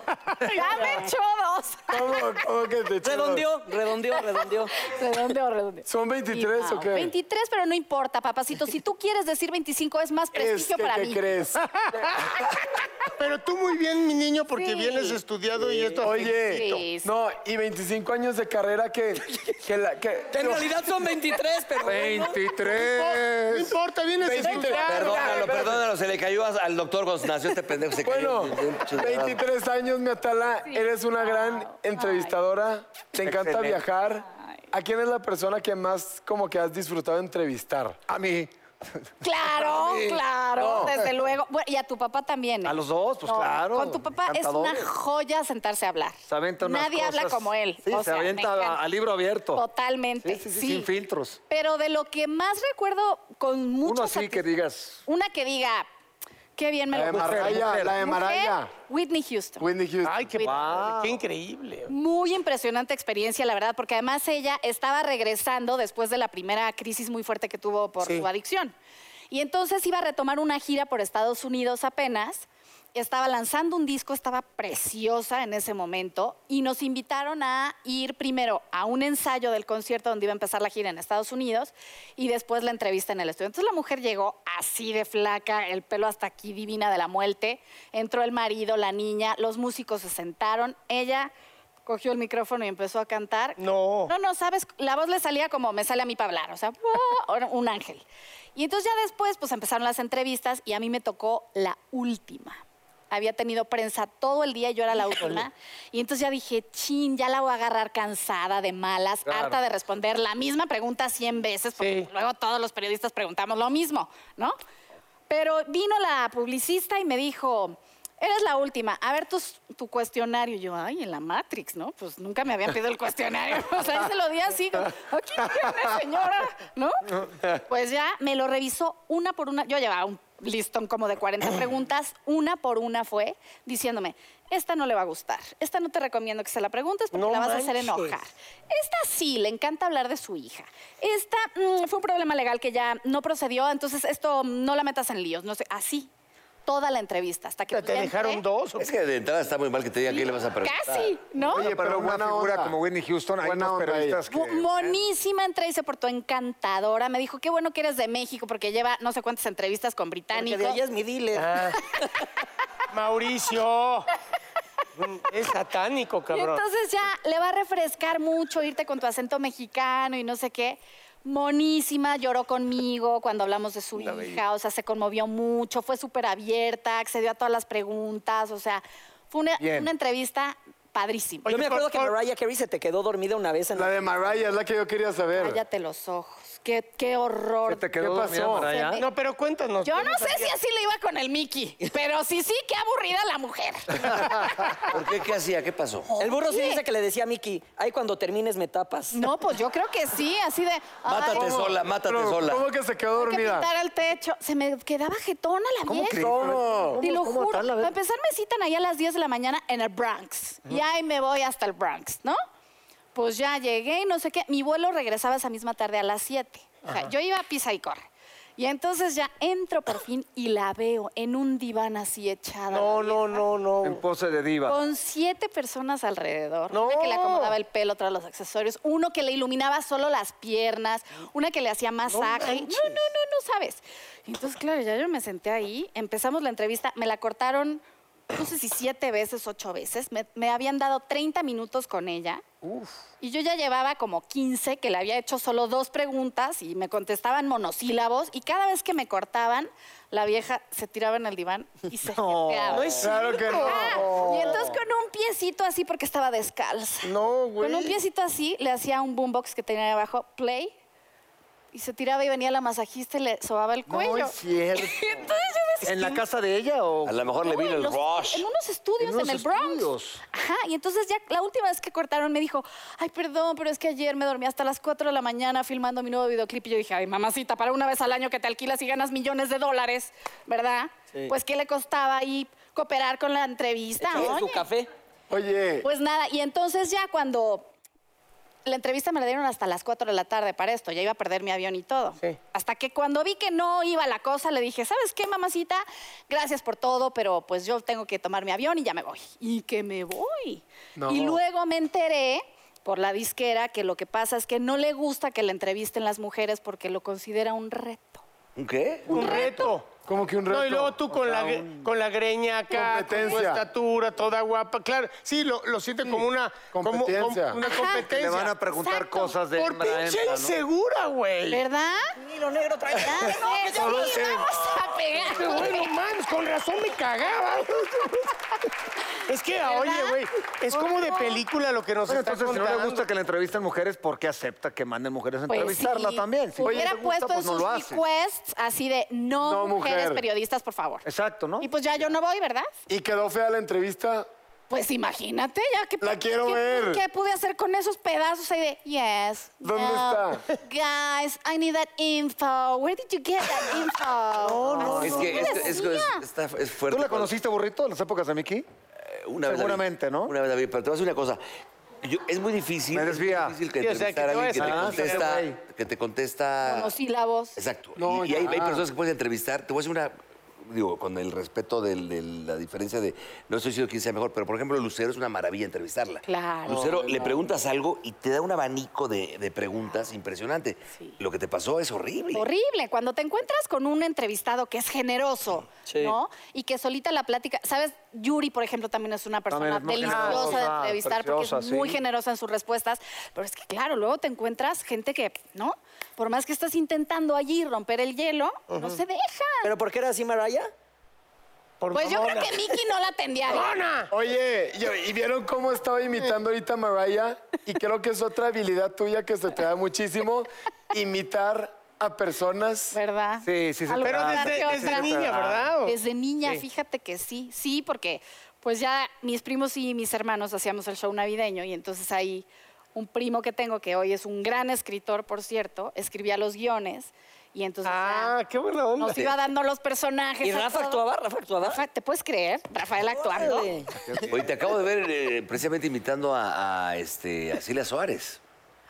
Speaker 8: Ya me echó dos.
Speaker 9: ¿cómo, cómo que te echó?
Speaker 4: Redondeó, redondeó, redondeó.
Speaker 8: Redondeo, redondeo.
Speaker 9: ¿Son 23 o qué?
Speaker 8: 23, Ah, pero no importa, papacito. Si tú quieres decir 25, es más
Speaker 9: Es
Speaker 8: prestigio
Speaker 9: que,
Speaker 8: para
Speaker 9: ¿qué
Speaker 8: mí.
Speaker 9: crees?
Speaker 3: Pero tú muy bien, mi niño, porque
Speaker 8: Sí.
Speaker 3: vienes estudiado y esto.
Speaker 9: Oye,
Speaker 8: Sí, sí.
Speaker 9: no, y 25 años de carrera que... que, la, que
Speaker 4: En realidad son 23, pero. bueno.
Speaker 7: 23.
Speaker 3: No importa, vienes estudiado.
Speaker 2: Perdónalo, perdónalo, se le cayó a- al doctor cuando nació este pendejo. Se cayó.
Speaker 9: Bueno, 23 años, mi Atala, eres una gran entrevistadora, te encanta viajar. ¿A quién es la persona que más como que has disfrutado entrevistar?
Speaker 7: A mí.
Speaker 8: Claro, claro, desde luego. Bueno, y a tu papá también. ¿eh?
Speaker 7: A los dos, pues, claro,
Speaker 8: Con tu papá es una
Speaker 7: encantadores.
Speaker 8: joya sentarse a hablar.
Speaker 7: Se aventa unas
Speaker 8: Nadie habla
Speaker 7: cosas-
Speaker 8: como él.
Speaker 7: Sí,
Speaker 8: o
Speaker 7: se
Speaker 8: sea, me
Speaker 7: avienta a,
Speaker 8: encanta.
Speaker 7: a libro abierto.
Speaker 8: Totalmente.
Speaker 7: Sí, sí, sí, sin filtros.
Speaker 8: Pero de lo que más recuerdo con mucho
Speaker 7: Uno así
Speaker 8: satis-
Speaker 7: que digas.
Speaker 8: Una que diga, qué bien me
Speaker 9: La
Speaker 8: lo
Speaker 9: de
Speaker 8: pasé".
Speaker 9: Maraya, la de
Speaker 8: Mujer,
Speaker 9: Maraya.
Speaker 8: Whitney Houston.
Speaker 9: Whitney Houston.
Speaker 3: Ay, qué,
Speaker 7: Wow.
Speaker 3: qué increíble.
Speaker 8: Muy impresionante experiencia, la verdad, porque además ella estaba regresando después de la primera crisis muy fuerte que tuvo por su adicción. Y entonces iba a retomar una gira por Estados Unidos apenas. Estaba lanzando un disco, estaba preciosa en ese momento y nos invitaron a ir primero a un ensayo del concierto donde iba a empezar la gira en Estados Unidos y después la entrevista en el estudio. Entonces la mujer llegó así de flaca, el pelo hasta aquí divina de la muerte. Entró el marido, la niña, los músicos se sentaron, ella cogió el micrófono y empezó a cantar.
Speaker 3: No.
Speaker 8: No, no, sabes, la voz le salía como me sale a mí para hablar, o sea, ¡buah! Era un ángel. Y entonces ya después, pues empezaron las entrevistas y a mí me tocó la última. Había tenido prensa todo el día y yo era la última. Y entonces ya dije, chin, ya la voy a agarrar cansada, de malas, harta de responder la misma pregunta 100 veces, porque luego todos los periodistas preguntamos lo mismo, ¿no? Pero vino la publicista y me dijo, Eres la última. A ver tus- tu cuestionario. Y Yo, ay, en la Matrix, ¿no? Pues nunca me habían pedido el cuestionario. O sea, yo se lo di así, como, aquí tiene, señora, ¿no? Pues ya me lo revisó una por una. Yo llevaba un listón como de 40 preguntas. Una por una fue diciéndome, esta no le va a gustar. Esta no te recomiendo que se la preguntes porque
Speaker 3: No
Speaker 8: la vas a hacer
Speaker 3: manches.
Speaker 8: enojar. Esta sí, le encanta hablar de su hija. Esta mm, fue un problema legal que ya no procedió, entonces esto mm, no la metas en líos, no sé, así. Toda la entrevista, hasta que...
Speaker 3: ¿Te,
Speaker 8: pues,
Speaker 3: te
Speaker 8: ya
Speaker 3: dejaron
Speaker 8: entré.
Speaker 3: dos? o
Speaker 2: Es
Speaker 3: qué?
Speaker 2: que de entrada está muy mal que te digan que le vas a preguntar.
Speaker 8: Casi, ¿no?
Speaker 5: Oye, pero,
Speaker 9: pero
Speaker 5: una
Speaker 9: buena
Speaker 5: figura
Speaker 9: onda.
Speaker 5: como Whitney Houston, hay
Speaker 9: Buena
Speaker 5: unos
Speaker 9: onda
Speaker 5: periodistas que...
Speaker 8: Bu- Buenísima entrevista, se portó encantadora. Me dijo, qué bueno que eres de México, porque lleva no sé cuántas entrevistas con
Speaker 4: Porque
Speaker 8: británicos.
Speaker 4: de allá es mi dealer.
Speaker 5: Ah.
Speaker 3: Mauricio. Mm, es satánico,
Speaker 8: Y
Speaker 3: cabrón.
Speaker 8: entonces ya le va a refrescar mucho irte con tu acento mexicano y no sé qué. Monísima, lloró conmigo cuando hablamos de su hija, o sea, se conmovió mucho, fue súper abierta, accedió a todas las preguntas, o sea, fue una, una entrevista padrísima.
Speaker 4: Yo me acuerdo que Mariah Carey se te quedó dormida una vez en
Speaker 9: La de Mariah es la que yo quería saber.
Speaker 8: Cállate los ojos, qué, qué horror.
Speaker 5: ¿Te quedó
Speaker 9: ¿Qué
Speaker 5: dormida,
Speaker 9: pasó?
Speaker 5: Mariah?
Speaker 3: Ah, No, pero cuéntanos.
Speaker 8: eh, Yo
Speaker 3: ¿qué
Speaker 8: no
Speaker 3: nos
Speaker 8: sé si
Speaker 3: hacías?
Speaker 8: así le iba con el Mickey, pero sí, sí, qué aburrida la mujer.
Speaker 2: ¿Por qué? ¿Qué hacía? ¿Qué pasó?
Speaker 4: El burro sí
Speaker 8: Oye.
Speaker 4: dice que le decía a Mickey, ay, cuando termines me tapas.
Speaker 8: No, pues yo creo que sí, así de... ay,
Speaker 2: Mátate sola, mátate
Speaker 9: Pero,
Speaker 2: sola.
Speaker 9: ¿Cómo que se quedó
Speaker 8: Tengo que
Speaker 9: dormida?
Speaker 8: pintar el techo. Se me quedaba jetona la vieja. Te lo juro. Para empezar, me citan ahí a las 10 de la mañana en el Bronx. Y ahí me voy hasta el Bronx, ¿no? Pues ya llegué y no sé qué. Mi vuelo regresaba esa misma tarde a las 7. O sea, yo iba a pisa y corre. Y entonces ya entro por fin y la veo en un diván así echada.
Speaker 3: No,
Speaker 8: la
Speaker 3: no, no,
Speaker 5: En
Speaker 3: no.
Speaker 5: pose de diva.
Speaker 8: Con siete personas alrededor.
Speaker 3: No.
Speaker 8: Una que le acomodaba el pelo, otra los accesorios, uno que le iluminaba solo las piernas, una que le hacía masaje. No, no, no,
Speaker 3: manches.
Speaker 8: no, sabes. Entonces, claro, ya yo me senté ahí, empezamos la entrevista, me la cortaron, no sé si siete veces, ocho veces. Me, me habían dado 30 minutos con ella. Y yo ya llevaba como 15 que le había hecho solo dos preguntas y me contestaban monosílabos y cada vez que me cortaban, la vieja se tiraba en el diván y se jeteaba.
Speaker 9: Claro que
Speaker 8: Ah,
Speaker 9: no.
Speaker 7: Oh.
Speaker 8: y entonces con un piecito así porque estaba descalza.
Speaker 9: No,
Speaker 8: Con un
Speaker 9: güey.
Speaker 8: piecito así le hacía un boombox que tenía ahí abajo, play, y se tiraba y venía la masajista y le sobaba el cuello.
Speaker 7: No es cierto.
Speaker 8: Y entonces yo decía,
Speaker 7: ¿En la casa de ella o...?
Speaker 2: A lo mejor le
Speaker 8: "Uy,
Speaker 2: vino el
Speaker 8: en los-
Speaker 2: rush.
Speaker 8: En unos estudios en,
Speaker 7: unos
Speaker 8: el Bronx.
Speaker 7: estudios.
Speaker 8: Ajá, y entonces ya la última vez que cortaron me dijo, ay, perdón, pero es que ayer me dormí hasta las 4 de la mañana filmando mi nuevo videoclip. Y yo dije, ay, mamacita, para una vez al año que te alquilas y ganas millones de dólares, ¿verdad? Pues, ¿qué le costaba ahí cooperar con la entrevista?
Speaker 4: En su
Speaker 8: Oye.
Speaker 4: café.
Speaker 9: Oye,
Speaker 8: Pues nada, y entonces ya cuando la entrevista me la dieron hasta las 4 de la tarde para esto, ya iba a perder mi avión y todo. Hasta que cuando vi que no iba la cosa, le dije, ¿sabes qué, mamacita? Gracias por todo, pero pues yo tengo que tomar mi avión y ya me voy. Y que me voy. Y luego me enteré por la disquera que lo que pasa es que no le gusta que le entrevisten las mujeres porque lo considera un reto.
Speaker 2: ¿Un qué?
Speaker 3: Un reto.
Speaker 9: ¿cómo que un reto?
Speaker 3: No, y luego tú con, la, gre- con la greña acá, con tu
Speaker 9: Competencia.
Speaker 3: estatura, toda guapa. Claro, sí, lo, lo siente como una como- como
Speaker 9: Competencia.
Speaker 3: una
Speaker 8: Ajá.
Speaker 3: competencia.
Speaker 5: Le van a preguntar
Speaker 8: Exacto.
Speaker 5: cosas de
Speaker 3: Por
Speaker 5: hembra a
Speaker 3: pinche
Speaker 5: hembra, ¿no?
Speaker 3: insegura, güey.
Speaker 8: ¿Verdad?
Speaker 4: Y lo negro trae.
Speaker 8: Ah, sí, sí, vamos a
Speaker 3: Este güey, no
Speaker 8: pegar.
Speaker 3: mames, con razón me cagaba. Es que, oye, güey, es como de película lo que nos
Speaker 5: Bueno,
Speaker 3: está
Speaker 5: entonces, si
Speaker 3: contando.
Speaker 5: no le gusta que le entrevisten mujeres, ¿por qué acepta que manden mujeres a entrevistarla
Speaker 8: Pues sí.
Speaker 5: también? Si no
Speaker 8: hubiera
Speaker 5: le gusta,
Speaker 8: puesto
Speaker 5: pues
Speaker 8: en
Speaker 5: no
Speaker 8: sus
Speaker 5: lo hace.
Speaker 8: requests así de no,
Speaker 9: No, mujer.
Speaker 8: mujeres periodistas, por favor.
Speaker 5: Exacto, ¿no?
Speaker 8: Y pues ya yo no voy, ¿verdad?
Speaker 9: ¿Y quedó fea la entrevista?
Speaker 8: Pues imagínate, ya que.
Speaker 9: La quiero
Speaker 8: ¿qué-
Speaker 9: ver.
Speaker 8: ¿Qué pude hacer con esos pedazos ahí de yes?
Speaker 9: ¿Dónde
Speaker 8: no,
Speaker 9: está?
Speaker 8: Guys, I need that info. Where did you get that info? No, Oh, no.
Speaker 2: Es que este es, es- es- está- es fuerte.
Speaker 5: ¿Tú la
Speaker 2: cuando-
Speaker 5: conociste, burrito, en las épocas de Mickey?
Speaker 2: Eh, Una vez la vi.
Speaker 5: Seguramente, ¿no?
Speaker 2: Una vez la vi, pero te voy a decir una cosa. Yo- es muy difícil.
Speaker 5: Me
Speaker 2: es muy
Speaker 5: desvía.
Speaker 2: difícil que
Speaker 3: Sí, o sea, que
Speaker 2: entrevistar a
Speaker 3: no
Speaker 2: alguien
Speaker 3: es
Speaker 2: que te
Speaker 3: fácil,
Speaker 2: contesta.
Speaker 5: eh,
Speaker 2: Que te contesta.
Speaker 8: Monosílabos.
Speaker 2: Exacto.
Speaker 9: No,
Speaker 2: y y hay,
Speaker 9: ya.
Speaker 2: hay personas que puedes entrevistar. Te voy a decir una, digo, con el respeto de la diferencia de, no estoy diciendo quién sea mejor, pero por ejemplo, Lucero es una maravilla entrevistarla.
Speaker 8: Claro.
Speaker 2: Lucero, le preguntas algo y te da un abanico de, de preguntas impresionante.
Speaker 8: Sí.
Speaker 2: Lo que te pasó es horrible.
Speaker 8: Horrible, cuando te encuentras con un entrevistado que es generoso, ¿no? Y que solita la plática, ¿sabes? Yuri, por ejemplo, también es una persona
Speaker 5: También es muy
Speaker 8: deliciosa de
Speaker 5: generosa,
Speaker 8: entrevistar porque es
Speaker 5: preciosa,
Speaker 8: muy
Speaker 5: sí.
Speaker 8: generosa en sus respuestas, pero es que claro, luego te encuentras gente que, ¿no? Por más que estás intentando allí romper el hielo, no se dejan.
Speaker 4: ¿Pero por qué era así Mariah?
Speaker 3: Por
Speaker 8: Pues yo creo
Speaker 3: mamona.
Speaker 8: que Mickey no la atendía. bien.
Speaker 3: ¡Mamona!
Speaker 9: Oye, ¿y, y vieron cómo estaba imitando ahorita a Mariah? Y creo que es otra habilidad tuya que se te da muchísimo, imitar a personas.
Speaker 8: ¿Verdad?
Speaker 5: Sí, sí, sí.
Speaker 8: Alguna
Speaker 3: Pero desde-
Speaker 8: que
Speaker 3: desde
Speaker 8: Ah, otra.
Speaker 3: niña, ¿verdad?
Speaker 8: Desde niña, fíjate que sí. Sí, porque pues ya mis primos y mis hermanos hacíamos el show navideño y entonces ahí un primo que tengo que hoy es un gran escritor, por cierto, escribía los guiones y entonces
Speaker 3: Ah,
Speaker 8: ya
Speaker 3: qué buena onda.
Speaker 8: nos iba dando los personajes.
Speaker 4: ¿Y
Speaker 8: a
Speaker 4: Rafa
Speaker 8: todo.
Speaker 4: actuaba? ¿Rafa actuaba?
Speaker 8: Rafa, ¿te puedes creer? Rafael actuando.
Speaker 4: Órale.
Speaker 2: Oye, te acabo de ver eh, precisamente imitando a, a, este, a Silvia Suárez.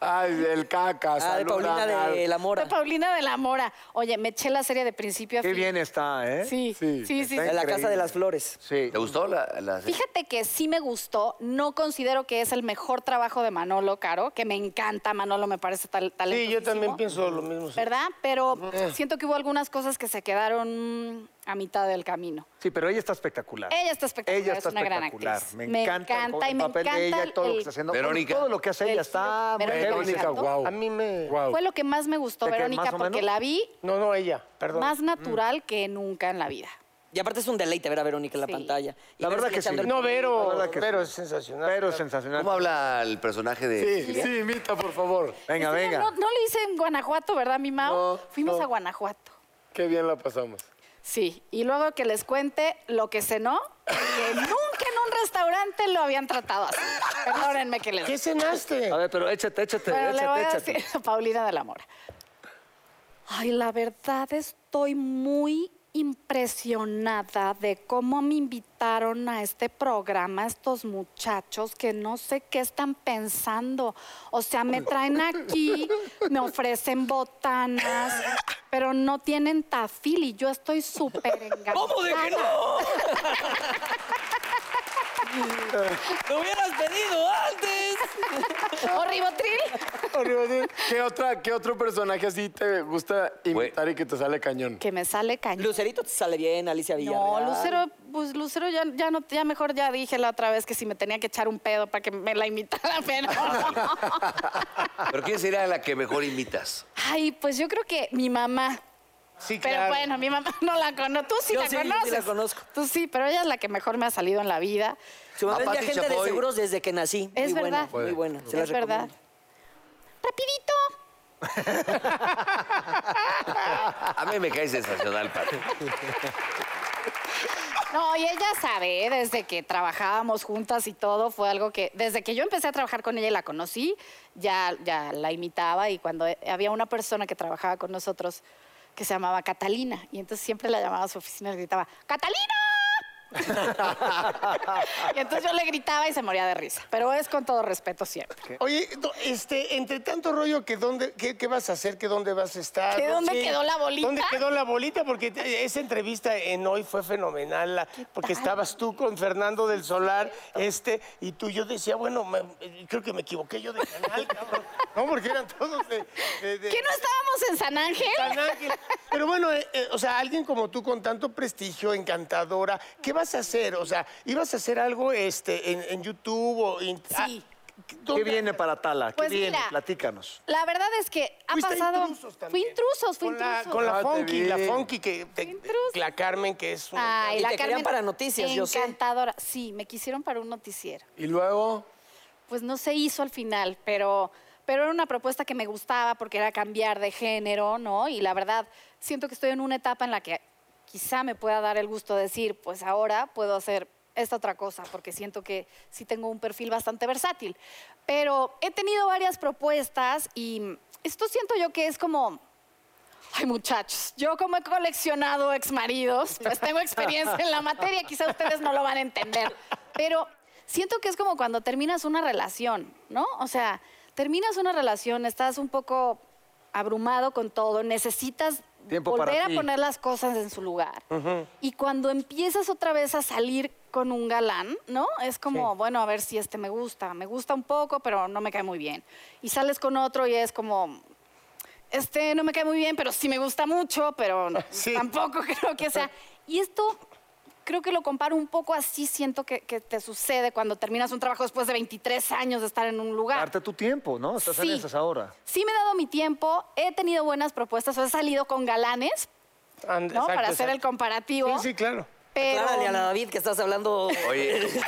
Speaker 9: Ay, el caca,
Speaker 4: Ah, de Paulina
Speaker 9: saludan
Speaker 4: de
Speaker 9: al-
Speaker 4: la Mora.
Speaker 8: Paulina de la Mora. Oye, me eché la serie de principio a
Speaker 5: Qué
Speaker 8: fin.
Speaker 5: bien está, ¿eh?
Speaker 8: Sí, sí, sí. sí.
Speaker 4: De la Casa de las Flores.
Speaker 5: Sí.
Speaker 2: ¿Te gustó la, la serie?
Speaker 8: Fíjate que sí me gustó, no considero que es el mejor trabajo de Manolo Caro, que me encanta, Manolo me parece
Speaker 3: Sí,
Speaker 8: tal
Speaker 3: yo
Speaker 8: talentosísimo,
Speaker 3: también pienso lo mismo. sí.
Speaker 8: ¿Verdad? Pero siento que hubo algunas cosas que se quedaron mm, a mitad del camino.
Speaker 5: Sí, pero ella está espectacular.
Speaker 8: Ella está espectacular,
Speaker 5: Ella está
Speaker 8: es una gran
Speaker 5: espectacular.
Speaker 8: actriz.
Speaker 5: Me
Speaker 8: Me
Speaker 5: encanta, el
Speaker 8: encanta y me
Speaker 5: papel de
Speaker 8: encanta
Speaker 5: ella y todo lo que
Speaker 8: el-
Speaker 5: está haciendo.
Speaker 2: Verónica.
Speaker 5: Todo lo que hace
Speaker 8: El
Speaker 5: ella está muy bien.
Speaker 8: Verónica,
Speaker 9: Verónica,
Speaker 8: ¿no?
Speaker 9: wow.
Speaker 3: A mí me...
Speaker 8: Fue lo que más me gustó,
Speaker 5: ¿De qué,
Speaker 8: Verónica,
Speaker 5: más o
Speaker 8: porque
Speaker 5: menos?
Speaker 8: la vi
Speaker 3: No, no, ella, perdón. Mm.
Speaker 8: más natural que nunca en la vida.
Speaker 4: Y aparte es un deleite ver a Verónica en la
Speaker 8: Sí.
Speaker 4: pantalla. Y
Speaker 5: La
Speaker 4: ver
Speaker 5: verdad
Speaker 4: si
Speaker 5: que
Speaker 4: echando
Speaker 5: sí.
Speaker 4: el-
Speaker 3: No, Vero,
Speaker 5: La verdad que
Speaker 3: Vero
Speaker 5: sí.
Speaker 3: es sensacional.
Speaker 5: Pero sensacional.
Speaker 2: ¿Cómo habla el personaje de
Speaker 9: Sí, sí, imita, por favor.
Speaker 5: Venga,
Speaker 8: Este,
Speaker 5: venga.
Speaker 8: No, no lo hice en Guanajuato, ¿verdad, mi Mao? Fuimos a Guanajuato.
Speaker 9: Qué bien la pasamos.
Speaker 8: Sí, y luego que les cuente lo que cenó, que nunca en un restaurante lo habían tratado así. Perdónenme que les
Speaker 3: ¿Qué
Speaker 8: diga.
Speaker 3: cenaste?
Speaker 5: A ver, pero échate, échate,
Speaker 8: Pero le
Speaker 5: échate,
Speaker 8: voy a
Speaker 5: échate.
Speaker 8: decir a Paulina de la Mora. Ay, la verdad estoy muy impresionada de cómo me invitaron a este programa estos muchachos que no sé qué están pensando. O sea, me traen aquí, me ofrecen botanas, pero no tienen tafil y yo estoy súper enganchada.
Speaker 4: ¿Cómo de que no? ¡Lo hubieras pedido antes!
Speaker 8: ¿O ribotril?
Speaker 9: ¿Qué, otra, ¿Qué otro personaje así te gusta imitar y que te sale cañón?
Speaker 8: Que me sale cañón.
Speaker 4: Lucerito te sale bien, Alicia
Speaker 8: No,
Speaker 4: Villarreal.
Speaker 8: Lucero, pues Lucero ya, ya no, ya mejor ya dije la otra vez que si me tenía que echar un pedo para que me la imitara, pero.
Speaker 2: ¿Pero quién sería la que mejor imitas?
Speaker 8: Ay, pues yo creo que mi mamá.
Speaker 3: Sí,
Speaker 8: Pero
Speaker 3: claro.
Speaker 8: bueno, mi mamá no la conoce. Tú sí
Speaker 4: Yo
Speaker 8: la
Speaker 4: sí, yo sí la
Speaker 8: conoces.
Speaker 4: conozco.
Speaker 8: Tú sí, pero ella es la que mejor me ha salido en la vida.
Speaker 4: Su
Speaker 2: A
Speaker 4: mamá es mi
Speaker 2: Pati
Speaker 4: agente de
Speaker 2: Chapoy.
Speaker 4: seguros desde que nací.
Speaker 8: Es
Speaker 4: muy
Speaker 8: verdad.
Speaker 4: Buena, muy buena. Se las
Speaker 8: es verdad.
Speaker 4: recomiendo.
Speaker 8: Rapidito.
Speaker 2: A mí me cae sensacional, Pati.
Speaker 8: No, y ella sabe, ¿eh? desde que trabajábamos juntas y todo, fue algo que, desde que yo empecé a trabajar con ella y la conocí, ya, ya la imitaba y cuando eh, había una persona que trabajaba con nosotros que se llamaba Catalina, y entonces siempre la llamaba a su oficina y le gritaba, ¡Catalina! y entonces yo le gritaba y se moría de risa, pero es con todo respeto siempre.
Speaker 3: Oye, do- este, entre tanto rollo que dónde, qué, qué vas a hacer, que dónde vas a estar.
Speaker 8: ¿Que
Speaker 3: ¿no?
Speaker 8: dónde quedó la bolita?
Speaker 3: ¿Dónde quedó la bolita? Porque te- esa entrevista en hoy fue fenomenal, la- porque
Speaker 8: tal?
Speaker 3: estabas tú con Fernando del Solar, este, y tú yo decía, bueno, me- eh, creo que me equivoqué yo de canal, cabrón. No, porque eran todos de. de- de-
Speaker 8: ¿Que no estábamos en San Ángel?
Speaker 3: San Ángel. Pero bueno, eh, eh, o sea, alguien como tú con tanto prestigio, encantadora, ¿qué vas a hacer? O sea, ¿ibas a hacer algo este, en, en YouTube o en-
Speaker 8: Sí.
Speaker 3: ah,
Speaker 5: ¿Qué
Speaker 3: ¿dónde-
Speaker 5: viene para Tala? ¿Qué
Speaker 8: Pues
Speaker 5: viene?
Speaker 8: mira.
Speaker 5: Platícanos.
Speaker 8: La verdad es que ha
Speaker 3: Fuiste
Speaker 8: pasado...
Speaker 3: intrusos también.
Speaker 8: fui intrusos, fui
Speaker 3: con
Speaker 8: intrusos.
Speaker 3: La, con la
Speaker 9: Ah, te
Speaker 3: Funky,
Speaker 9: vi.
Speaker 3: la Funky que te-
Speaker 8: Intrusos.
Speaker 3: la Carmen que es una-
Speaker 8: Ay,
Speaker 4: Y
Speaker 8: la
Speaker 4: te querían
Speaker 8: Carmen
Speaker 4: para noticias, yo sé.
Speaker 8: encantadora. Sí, me quisieron para un noticiero.
Speaker 9: Y luego,
Speaker 8: Pues no se hizo al final, pero, pero era una propuesta que me gustaba porque era cambiar de género, ¿no? Y la verdad, siento que estoy en una etapa en la que quizá me pueda dar el gusto de decir, pues ahora puedo hacer esta otra cosa, porque siento que sí tengo un perfil bastante versátil. Pero he tenido varias propuestas y esto siento yo que es como Ay, muchachos, yo como he coleccionado exmaridos, pues tengo experiencia en la materia, quizá ustedes no lo van a entender, pero siento que es como cuando terminas una relación, ¿no? O sea, terminas una relación, estás un poco abrumado con todo, necesitas
Speaker 5: Tiempo para
Speaker 8: volver a
Speaker 5: ti.
Speaker 8: poner las cosas en su lugar. Y cuando empiezas otra vez a salir con un galán, ¿no? Es como, bueno, a ver si este me gusta, me gusta un poco, pero no me cae muy bien. Y sales con otro y es como, este no me cae muy bien, pero sí me gusta mucho, pero no- tampoco creo que sea. Y esto creo que lo comparo un poco así, siento que, que te sucede cuando terminas un trabajo después de 23 años de estar en un lugar.
Speaker 5: Darte tu tiempo, ¿no? Estás en
Speaker 8: Sí.
Speaker 5: esas ahora.
Speaker 8: Sí me he dado mi tiempo, he tenido buenas propuestas, o he salido con galanes,
Speaker 3: And-
Speaker 8: ¿no?
Speaker 3: exacto,
Speaker 8: Para hacer el
Speaker 3: exacto.
Speaker 8: comparativo.
Speaker 3: Sí, sí, claro.
Speaker 8: pero...
Speaker 4: Aclárale a la David que estás hablando.
Speaker 2: Oye,
Speaker 9: oye,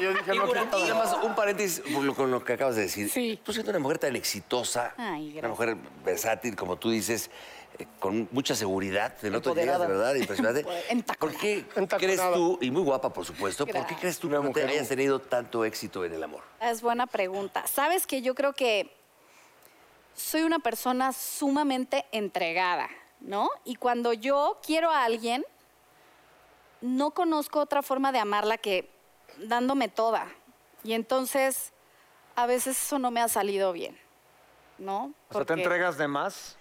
Speaker 9: yo dije, no, que
Speaker 2: nada más un paréntesis por lo- con lo que acabas de decir.
Speaker 8: Sí.
Speaker 2: Tú siendo una mujer tan exitosa,
Speaker 8: Ay,
Speaker 2: una
Speaker 8: gracias.
Speaker 2: mujer versátil, como tú dices, eh, con mucha seguridad. El otro día, de
Speaker 4: Empoderada.
Speaker 2: verdad, impresionante. ¿Por qué
Speaker 3: Entaconada.
Speaker 2: crees tú, y muy guapa, por supuesto, ¿por qué
Speaker 8: Gracias.
Speaker 2: crees tú que no te hayas tenido tanto éxito en el amor?
Speaker 8: Es buena pregunta. Sabes que yo creo que soy una persona sumamente entregada, ¿no? Y cuando yo quiero a alguien, no conozco otra forma de amarla que dándome toda. Y entonces, a veces eso no me ha salido bien, ¿no?
Speaker 5: O sea, ¿te
Speaker 8: Porque,
Speaker 5: entregas de más?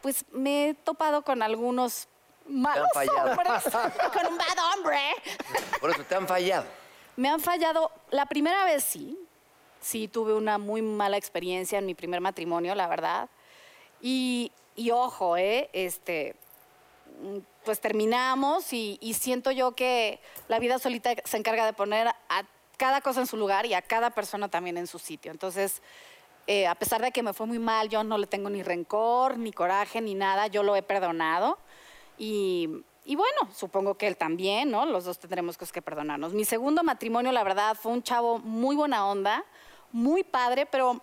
Speaker 8: Pues me he topado con algunos malos
Speaker 2: Te han fallado.
Speaker 8: hombres, con un bad hombre.
Speaker 2: Por eso te han fallado.
Speaker 8: Me han fallado. La primera vez sí. Sí, tuve una muy mala experiencia en mi primer matrimonio, la verdad. Y, y ojo, ¿eh? Este, mm, pues terminamos y, y siento yo que la vida solita se encarga de poner a cada cosa en su lugar y a cada persona también en su sitio. Entonces, eh, a pesar de que me fue muy mal, yo no le tengo ni rencor, ni coraje, ni nada. Yo lo he perdonado. Y, y bueno, supongo que él también, ¿no? Los dos tendremos cosas que perdonarnos. Mi segundo matrimonio, la verdad, fue un chavo muy buena onda, muy padre, pero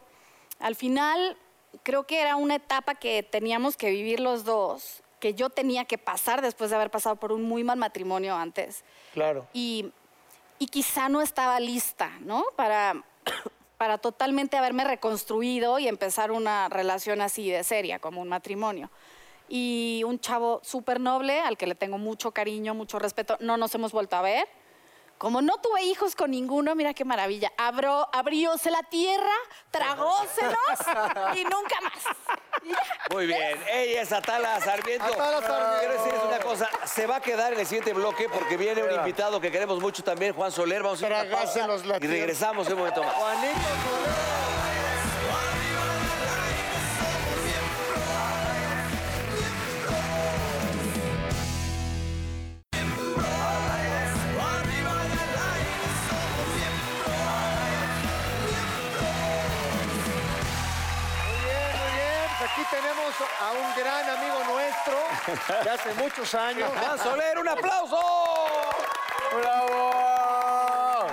Speaker 8: al final creo que era una etapa que teníamos que vivir los dos, que yo tenía que pasar después de haber pasado por un muy mal matrimonio antes.
Speaker 3: Claro.
Speaker 8: Y, y quizá no estaba lista, ¿no? Para, para totalmente haberme reconstruido y empezar una relación así de seria, como un matrimonio. Y un chavo súper noble, al que le tengo mucho cariño, mucho respeto, no nos hemos vuelto a ver. Como no tuve hijos con ninguno, mira qué maravilla. Abrió, abrióse la tierra, tragóselos y nunca más.
Speaker 2: Muy bien. Ella es Atala Sarmiento.
Speaker 5: Atala Sarmiento.
Speaker 2: Quiero decirles una cosa. Se va a quedar en el siguiente bloque porque viene un invitado que queremos mucho también, Juan Soler. Vamos a ir a una pausa
Speaker 3: Tragáselos la
Speaker 2: y
Speaker 3: tierra.
Speaker 2: regresamos en un momento más.
Speaker 5: Bien, muy bien. Pues Aquí tenemos a un gran amigo nuestro de hace muchos años.
Speaker 2: Juan Soler, un aplauso.
Speaker 6: ¡Bravo!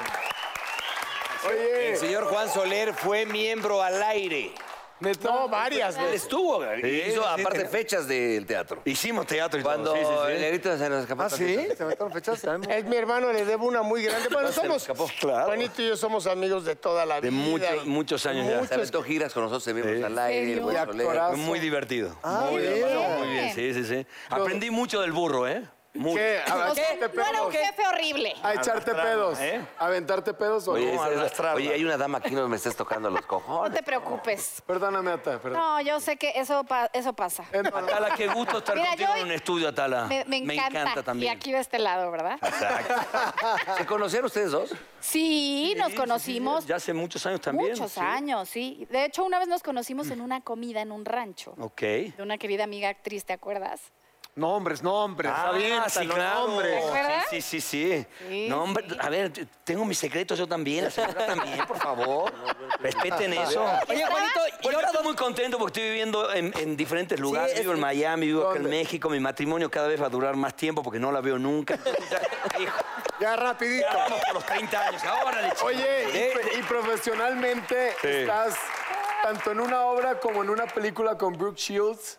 Speaker 2: El
Speaker 6: Oye,
Speaker 2: señor Juan Soler fue miembro al aire.
Speaker 6: neta,
Speaker 3: No, varias
Speaker 2: Él
Speaker 3: veces.
Speaker 2: estuvo, hizo
Speaker 1: sí,
Speaker 2: aparte
Speaker 1: tenía-
Speaker 2: fechas del teatro.
Speaker 1: Hicimos teatro y
Speaker 2: Cuando
Speaker 1: todo.
Speaker 2: el negrito se nos escapó.
Speaker 5: ¿Ah, sí? ¿Se metieron fechas? También.
Speaker 3: Es mi hermano, le debo una muy grande. Bueno,
Speaker 2: Se me
Speaker 3: somos.
Speaker 2: escapó.
Speaker 1: Claro.
Speaker 3: Juanito y yo somos amigos de toda la
Speaker 1: De
Speaker 3: vida.
Speaker 1: muchos,
Speaker 3: y-
Speaker 1: muchos años ya.
Speaker 2: Se aventó giras con nosotros, se vimos al aire, el buen Soler.
Speaker 1: Fue muy divertido.
Speaker 5: Ah,
Speaker 1: muy,
Speaker 5: bien.
Speaker 1: divertido, muy bien, sí, sí,
Speaker 2: ¿eh?
Speaker 1: sí. Aprendí mucho del burro, ¿eh? Mucho.
Speaker 6: ¿qué? A
Speaker 8: O sea,
Speaker 6: echarte
Speaker 8: no era un
Speaker 6: pedos.
Speaker 8: jefe horrible.
Speaker 6: A echarte pedos.
Speaker 1: ¿eh?
Speaker 6: Aventarte pedos o
Speaker 2: Oye,
Speaker 6: no.
Speaker 2: es- es-
Speaker 1: arrastrarla.
Speaker 2: oye, hay una dama aquí no me estés tocando los
Speaker 8: No
Speaker 2: cojones.
Speaker 8: te preocupes.
Speaker 6: Perdóname, Ata, perdón.
Speaker 8: No, yo sé que eso, pa- eso pasa.
Speaker 6: Eh, no, no.
Speaker 1: Atala, qué gusto estar
Speaker 8: Mira,
Speaker 1: contigo
Speaker 8: yo-
Speaker 1: en un estudio, Atala.
Speaker 8: Me, me encanta.
Speaker 1: también.
Speaker 8: Y aquí de este lado, ¿verdad?
Speaker 2: ¿Se conocieron ustedes dos?
Speaker 8: Sí, nos
Speaker 1: Sí, sí, sí,
Speaker 8: conocimos
Speaker 1: Ya hace muchos años también.
Speaker 8: muchos
Speaker 1: sí. Mm.
Speaker 8: años, sí. De hecho, una vez nos conocimos en una comida en un rancho
Speaker 1: Ok.
Speaker 8: de una querida amiga actriz, ¿te acuerdas?
Speaker 5: Nombres, nombres.
Speaker 1: Ah, sí, claro.
Speaker 5: Nombres.
Speaker 8: ¿Te acuerdas?
Speaker 1: Sí, sí, sí.
Speaker 8: Sí,
Speaker 1: no, hombre,
Speaker 8: sí.
Speaker 1: a ver, t- tengo mis secretos yo también, la señora también, por favor. Respeten eso.
Speaker 4: Oye, Juanito,
Speaker 1: Bueno, yo estoy muy contento porque estoy viviendo en, en diferentes lugares.
Speaker 4: es-
Speaker 1: vivo en Miami, vivo acá en
Speaker 6: ¿Dónde?
Speaker 1: México. Mi matrimonio cada vez va a durar más tiempo porque no la veo nunca. Hijo,
Speaker 5: Ya rapidito.
Speaker 1: ya vamos por los 30 años. Ahora le Eh,
Speaker 6: Oye, y pro- y, profesionalmente estás tanto en una obra como en una película con Brooke Shields.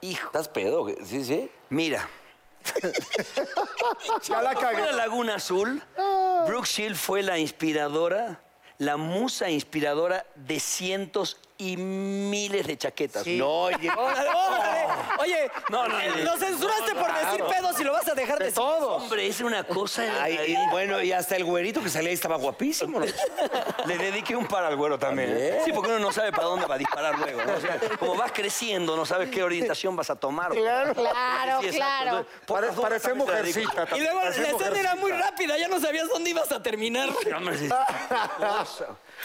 Speaker 2: Hijo. ¿Estás pedo? Sí, sí.
Speaker 1: Mira,
Speaker 6: Ya la
Speaker 1: fue
Speaker 6: cagué.
Speaker 1: la Laguna Azul, Brooke Shield fue la inspiradora, la musa inspiradora de cientos y miles de chaquetas. No, y-
Speaker 4: Órale, órale. Oye, eh,
Speaker 1: No, no, no.
Speaker 4: lo censuraste por decir pedos y lo vas a dejar de decir.
Speaker 1: hombre, es una cosa.
Speaker 2: Ay, y bueno, y hasta el güerito que salía ahí estaba guapísimo. ¿no?
Speaker 1: Le dediqué un par al güero también.
Speaker 2: También.
Speaker 1: Sí, porque uno no sabe para dónde va a disparar luego. ¿no? O sea, como vas creciendo, no sabes qué orientación vas a tomar. Claro,
Speaker 8: Claro, claro.
Speaker 5: Pare- parece mujercita.
Speaker 4: Y luego la escena era muy rápida, ya no sabías dónde ibas a terminar.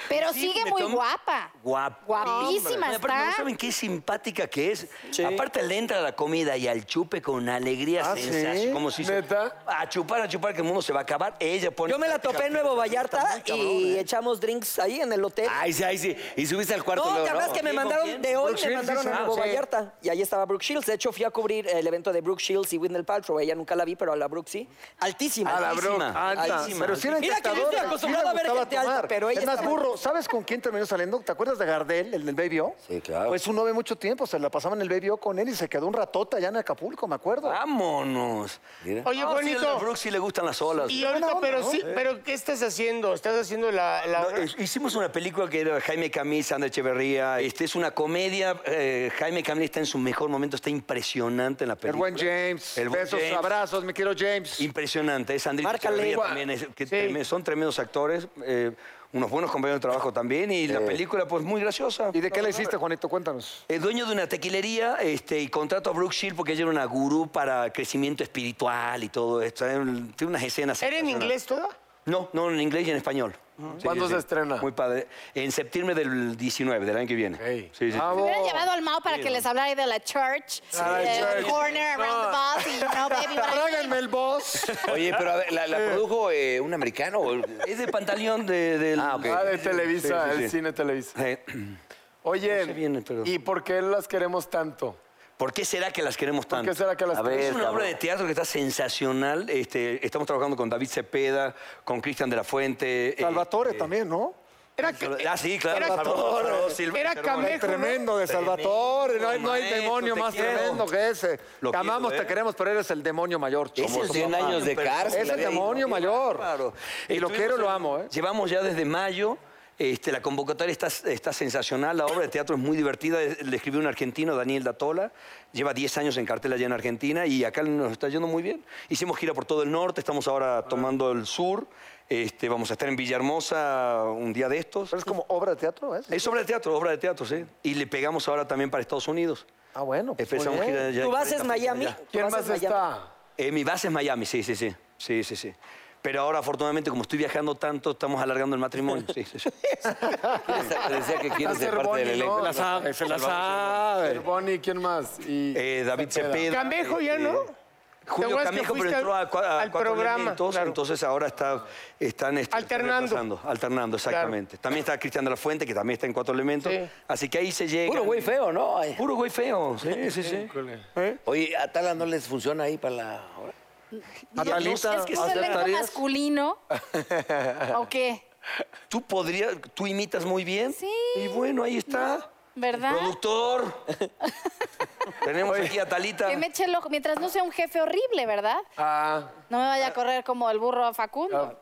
Speaker 8: Pero
Speaker 1: Sí,
Speaker 8: sigue
Speaker 1: me
Speaker 8: muy
Speaker 1: tomo-
Speaker 8: guapa.
Speaker 1: Guapa.
Speaker 8: Guapísima
Speaker 1: Hombre. Aparte, ¿no
Speaker 8: está.
Speaker 1: saben qué simpática que es? Aparte le entra a la comida y al chupe con una alegría
Speaker 5: Ah,
Speaker 1: sensacional.
Speaker 5: ¿sí?
Speaker 1: Como si se-
Speaker 6: ¿Neta?
Speaker 1: A chupar, a chupar, que el mundo se va a acabar. Ella pone...
Speaker 4: Yo me la topé en Nuevo Vallarta
Speaker 1: Está muy cabrón,
Speaker 4: y
Speaker 1: ¿eh? Ah,
Speaker 4: echamos drinks ahí en el hotel.
Speaker 2: Ay, sí, ay, sí. Y subiste al cuarto
Speaker 4: No,
Speaker 2: luego,
Speaker 4: te acuerdas que me
Speaker 1: Digo,
Speaker 4: mandaron
Speaker 1: ¿quién?
Speaker 4: de hoy,
Speaker 5: Brooke
Speaker 4: me
Speaker 5: Shields,
Speaker 4: mandaron a
Speaker 5: dices,
Speaker 4: Nuevo
Speaker 5: ah, sí.
Speaker 4: Vallarta y ahí estaba Brooke Shields. De hecho, fui a cubrir el evento de Brooke Shields y Whitney Paltrow. Ella nunca la vi, pero a la Brooke sí. Altísima.
Speaker 1: A Ah, la
Speaker 4: altísima.
Speaker 1: Brooke.
Speaker 5: Alta,
Speaker 1: Altísima.
Speaker 5: pero sí era
Speaker 4: Mira que yo estoy
Speaker 5: encantadora, sí le
Speaker 4: acostumbrado a ver
Speaker 5: gustaba
Speaker 4: gente alta,
Speaker 5: tomar.
Speaker 4: pero ella
Speaker 5: Es más,
Speaker 4: estaba-
Speaker 5: burro, ¿sabes con quién terminó saliendo? ¿Te acuerdas de Gardel? él, el del Baby O.
Speaker 2: Sí, claro.
Speaker 5: Pues uno ve mucho tiempo, se la pasaba en el Baby O con él y se quedó un ratota allá en Acapulco, me acuerdo.
Speaker 4: Ah,
Speaker 1: Vámonos.
Speaker 2: Mira.
Speaker 3: Oye,
Speaker 1: No, sí,
Speaker 3: bonito.
Speaker 1: a Brooks sí le gustan las olas.
Speaker 3: Y ahorita,
Speaker 5: onda,
Speaker 3: pero
Speaker 5: ¿no?
Speaker 3: sí, pero ¿qué estás haciendo? ¿Estás haciendo la, la
Speaker 1: No,
Speaker 3: obra?
Speaker 1: eh, hicimos una película que era Jaime Camil, Sandra Echeverría. Este es una comedia. eh, Jaime Camil está en su mejor momento, está impresionante en la
Speaker 5: El
Speaker 1: película.
Speaker 5: buen James.
Speaker 1: El buen
Speaker 5: Besos,
Speaker 1: James.
Speaker 5: abrazos, mi quiero James.
Speaker 1: Impresionante, es Andrés
Speaker 4: Márcale.
Speaker 1: Echeverría también, es- que treme- son tremendos actores, eh, unos buenos compañeros de trabajo también, y la película, pues muy graciosa.
Speaker 5: ¿Y de qué le hiciste, Juanito? Cuéntanos.
Speaker 1: Es dueño de una tequilería este, y contrato a Brooke Shield porque ella era una gurú para crecimiento espiritual y todo esto. Era un- Tiene unas escenas.
Speaker 3: ¿Era en
Speaker 1: sensacionales.
Speaker 3: inglés toda?
Speaker 1: No, no, en inglés y en español. Sí,
Speaker 9: ¿Cuándo
Speaker 1: sí,
Speaker 9: se
Speaker 1: sí.
Speaker 9: estrena?
Speaker 1: Muy padre. En septiembre del 19, del año que viene.
Speaker 9: Ey. Ah,
Speaker 1: Sí, sí, sí.
Speaker 8: Me hubieran llevado al Mao para que les hablara de la church,
Speaker 1: Ah,
Speaker 8: de
Speaker 9: church.
Speaker 8: corner around the bus, y no, baby, what I-
Speaker 5: Tráiganme el boss.
Speaker 2: Oye, pero a ver, ¿la, la produjo eh, un americano? o-
Speaker 1: Es de pantaleón de, del-
Speaker 2: Ah, ok.
Speaker 9: Ah, de Televisa,
Speaker 1: Sí, sí, sí.
Speaker 9: el cine Televisa.
Speaker 1: Eh,
Speaker 9: Oye,
Speaker 1: No sé bien, pero-
Speaker 9: ¿y por qué las queremos tanto?
Speaker 1: ¿Por qué será que las queremos tanto?
Speaker 9: qué será que las
Speaker 1: A ver, Es
Speaker 9: queremos?
Speaker 1: una obra de teatro que está sensacional. Este, estamos trabajando con David Cepeda, con Cristian de la Fuente. eh,
Speaker 5: Salvatore también, ¿no?
Speaker 3: Era que-
Speaker 1: Ah, sí, claro.
Speaker 3: Era-
Speaker 1: Salvador, Salvador Silva,
Speaker 3: era
Speaker 1: Germán.
Speaker 3: Camejo, ¿no?
Speaker 5: Tremendo de Salvatore. No hay, no hay
Speaker 1: maestro,
Speaker 5: demonio
Speaker 1: te
Speaker 5: más
Speaker 1: quiero.
Speaker 5: tremendo que ese.
Speaker 1: Lo
Speaker 5: te
Speaker 1: quiero,
Speaker 5: amamos,
Speaker 1: ¿eh?
Speaker 5: te queremos, pero eres el demonio mayor.
Speaker 2: Es el
Speaker 5: Somos-
Speaker 2: 100 años de cárcel.
Speaker 5: Es el
Speaker 2: había ido.
Speaker 5: demonio mayor.
Speaker 1: Claro.
Speaker 5: Y lo quiero, lo amo, ¿eh?
Speaker 1: Llevamos ya desde mayo. Este, la convocatoria está, está sensacional, la obra de teatro es muy divertida. Es- La escribió un argentino, Daniel Datola. Lleva 10 años en cartel allá en Argentina y acá nos está yendo muy bien. Hicimos gira por todo el norte, estamos
Speaker 5: Ah.
Speaker 1: ahora tomando el sur. Este, vamos a estar en Villahermosa un día de estos.
Speaker 5: Pero es como obra de teatro, ¿eh?
Speaker 1: Es obra de teatro, obra de teatro, sí. Y le pegamos ahora también para Estados Unidos.
Speaker 5: Ah, bueno. pues, muy
Speaker 1: Empezamos
Speaker 5: bien.
Speaker 1: gira ya-
Speaker 4: ¿Tu base es
Speaker 1: ahorita,
Speaker 4: Miami?
Speaker 1: allá.
Speaker 4: ¿Tu
Speaker 9: ¿Quién
Speaker 4: base
Speaker 9: más
Speaker 4: es Miami?
Speaker 9: está?
Speaker 1: Eh, mi base es Miami, sí, sí, sí. Sí, sí, sí. Pero ahora, afortunadamente, como estoy viajando tanto, estamos alargando el matrimonio. Sí, sí, sí.
Speaker 2: Decía que quieres ser
Speaker 9: Ser
Speaker 2: parte del
Speaker 9: Bonnie,
Speaker 2: elenco.
Speaker 9: ¿no?
Speaker 5: La sabe, se la sabe.
Speaker 9: Bonnie, ¿quién más? Y
Speaker 1: Eh, David Cepeda.
Speaker 3: Camejo ya,
Speaker 1: eh,
Speaker 3: ¿no?
Speaker 1: Julio
Speaker 3: acuerdas que
Speaker 1: Camejo, pero
Speaker 3: fuiste
Speaker 1: entró a,
Speaker 3: al-
Speaker 1: cua- a
Speaker 3: al
Speaker 1: cuatro
Speaker 3: programa,
Speaker 1: elementos,
Speaker 3: claro.
Speaker 1: entonces ahora está, están este,
Speaker 3: Alternando.
Speaker 1: reemplazando, alternando, exactamente. También está Cristian de la Fuente, que también está en cuatro elementos.
Speaker 3: Sí.
Speaker 1: Así que ahí se llega.
Speaker 2: Puro güey feo, ¿no? Ay.
Speaker 1: Puro güey feo, sí, sí, sí.
Speaker 2: Oye, ¿a Tala no les funciona ahí para la hora?
Speaker 5: Natalita,
Speaker 8: Es que es un elenco
Speaker 5: ¿aceptarías?
Speaker 8: masculino. ¿O qué?
Speaker 1: Tú podrías, tú imitas muy bien.
Speaker 8: Sí.
Speaker 1: Y bueno, ahí está.
Speaker 8: ¿Verdad?
Speaker 1: Productor. Tenemos aquí a Talita.
Speaker 8: Que me eche el ojo, mientras no sea un jefe horrible, ¿verdad?
Speaker 9: Ah,
Speaker 8: No me vaya a correr como el burro a Facundo.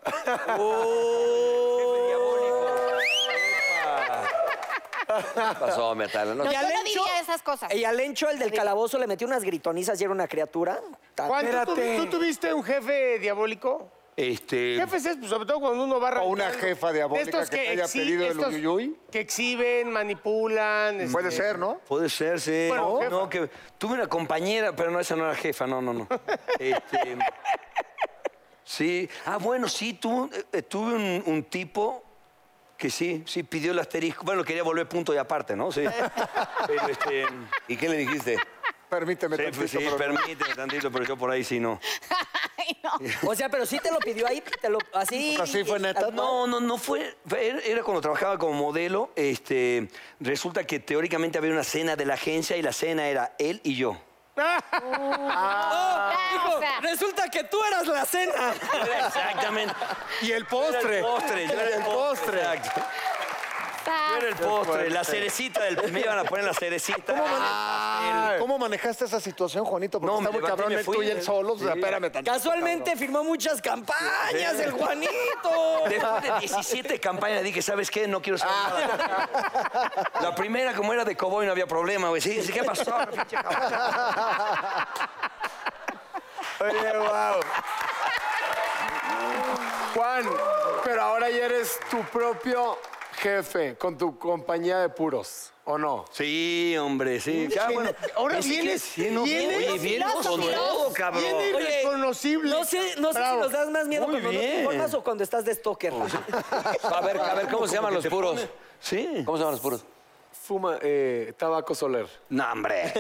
Speaker 2: ¿Qué pasó, mi Atala? No,
Speaker 8: No, yo no
Speaker 4: Alencho-
Speaker 8: diría esas cosas.
Speaker 4: Y Alencho, el del calabozo, le metió unas gritonizas y era una criatura. Ta-
Speaker 3: Juan, ¿tú, tuvi- tú tuviste un jefe diabólico?
Speaker 1: Este,
Speaker 3: Jefes es, pues, sobre todo cuando uno va...
Speaker 5: O una
Speaker 3: arrancando.
Speaker 5: jefa diabólica
Speaker 3: De estos
Speaker 5: que te haya pedido el
Speaker 3: estos
Speaker 5: uyuyuy.
Speaker 3: Que exhiben, manipulan... este,
Speaker 5: Puede ser, ¿no?
Speaker 1: puede ser, sí. Oh,
Speaker 3: Bueno,
Speaker 1: no,
Speaker 3: jefa.
Speaker 1: no, que tuve una compañera, pero no, esa no era jefa, no, no, no. Este, sí, ah, bueno, sí, tu- eh, tuve un, un tipo que sí, sí, pidió el asterisco. Bueno, quería volver punto y aparte, ¿no? Sí. Pero este,
Speaker 2: ¿Y qué le dijiste?
Speaker 5: Permíteme
Speaker 1: sí,
Speaker 5: tantito,
Speaker 1: pues, sí,
Speaker 5: pero-
Speaker 1: permíteme tantito, pero yo por ahí sí no.
Speaker 8: Ay, no.
Speaker 4: O sea, pero sí te lo pidió ahí, te lo, así.
Speaker 5: Así fue neta.
Speaker 1: No, no, no fue. fue- Era era cuando trabajaba como modelo. Este, resulta que teóricamente había una cena de la agencia y la cena era él y yo.
Speaker 8: Ah, O sea,
Speaker 4: Resulta que tú eras la cena.
Speaker 1: Exactamente.
Speaker 5: Y el
Speaker 1: Yo era
Speaker 5: postre.
Speaker 1: el postre, yo era el postre. exacto. Yo
Speaker 8: ah,
Speaker 1: era el postre, la cerecita del. Me iban a poner la cerecita. El-
Speaker 5: Ah, ¿Cómo manejaste esa situación, Juanito? Porque
Speaker 1: No,
Speaker 5: está
Speaker 1: me
Speaker 5: muy
Speaker 1: levanté y
Speaker 5: cabrón
Speaker 1: me
Speaker 5: el
Speaker 1: fui.
Speaker 5: tú y ¿eh? él solo. O sea,
Speaker 1: Sí.
Speaker 5: espérame tantito.
Speaker 4: Casualmente firmó muchas campañas, el Juanito.
Speaker 1: Después de 17 campañas dije, ¿sabes qué? No quiero saber
Speaker 5: Ah.
Speaker 1: nada". La primera, como era de cowboy, no había problema, güey. Sí, sí, ¿qué pasó? pinche cabrón?
Speaker 9: oye, wow. Juan, pero ahora ya eres tu propio jefe con tu compañía de puros, ¿o no?
Speaker 1: Sí, hombre, sí. Ya, bueno.
Speaker 3: Ahora
Speaker 1: Es que-
Speaker 3: vienes-
Speaker 1: sí, no,
Speaker 3: vienes-
Speaker 1: oye, vienes con todo, cabrón.
Speaker 3: Viene irreconocible.
Speaker 4: No sé, no sé si
Speaker 3: Bravo.
Speaker 4: nos das más miedo
Speaker 1: Muy
Speaker 4: cuando no te
Speaker 1: bien.
Speaker 4: informas o cuando estás de stalker.
Speaker 2: A ver, a ver, ¿cómo se llaman los puros?
Speaker 1: Sí.
Speaker 2: ¿Cómo se llaman los puros?
Speaker 9: Fuma eh, tabaco soler.
Speaker 1: No, hombre.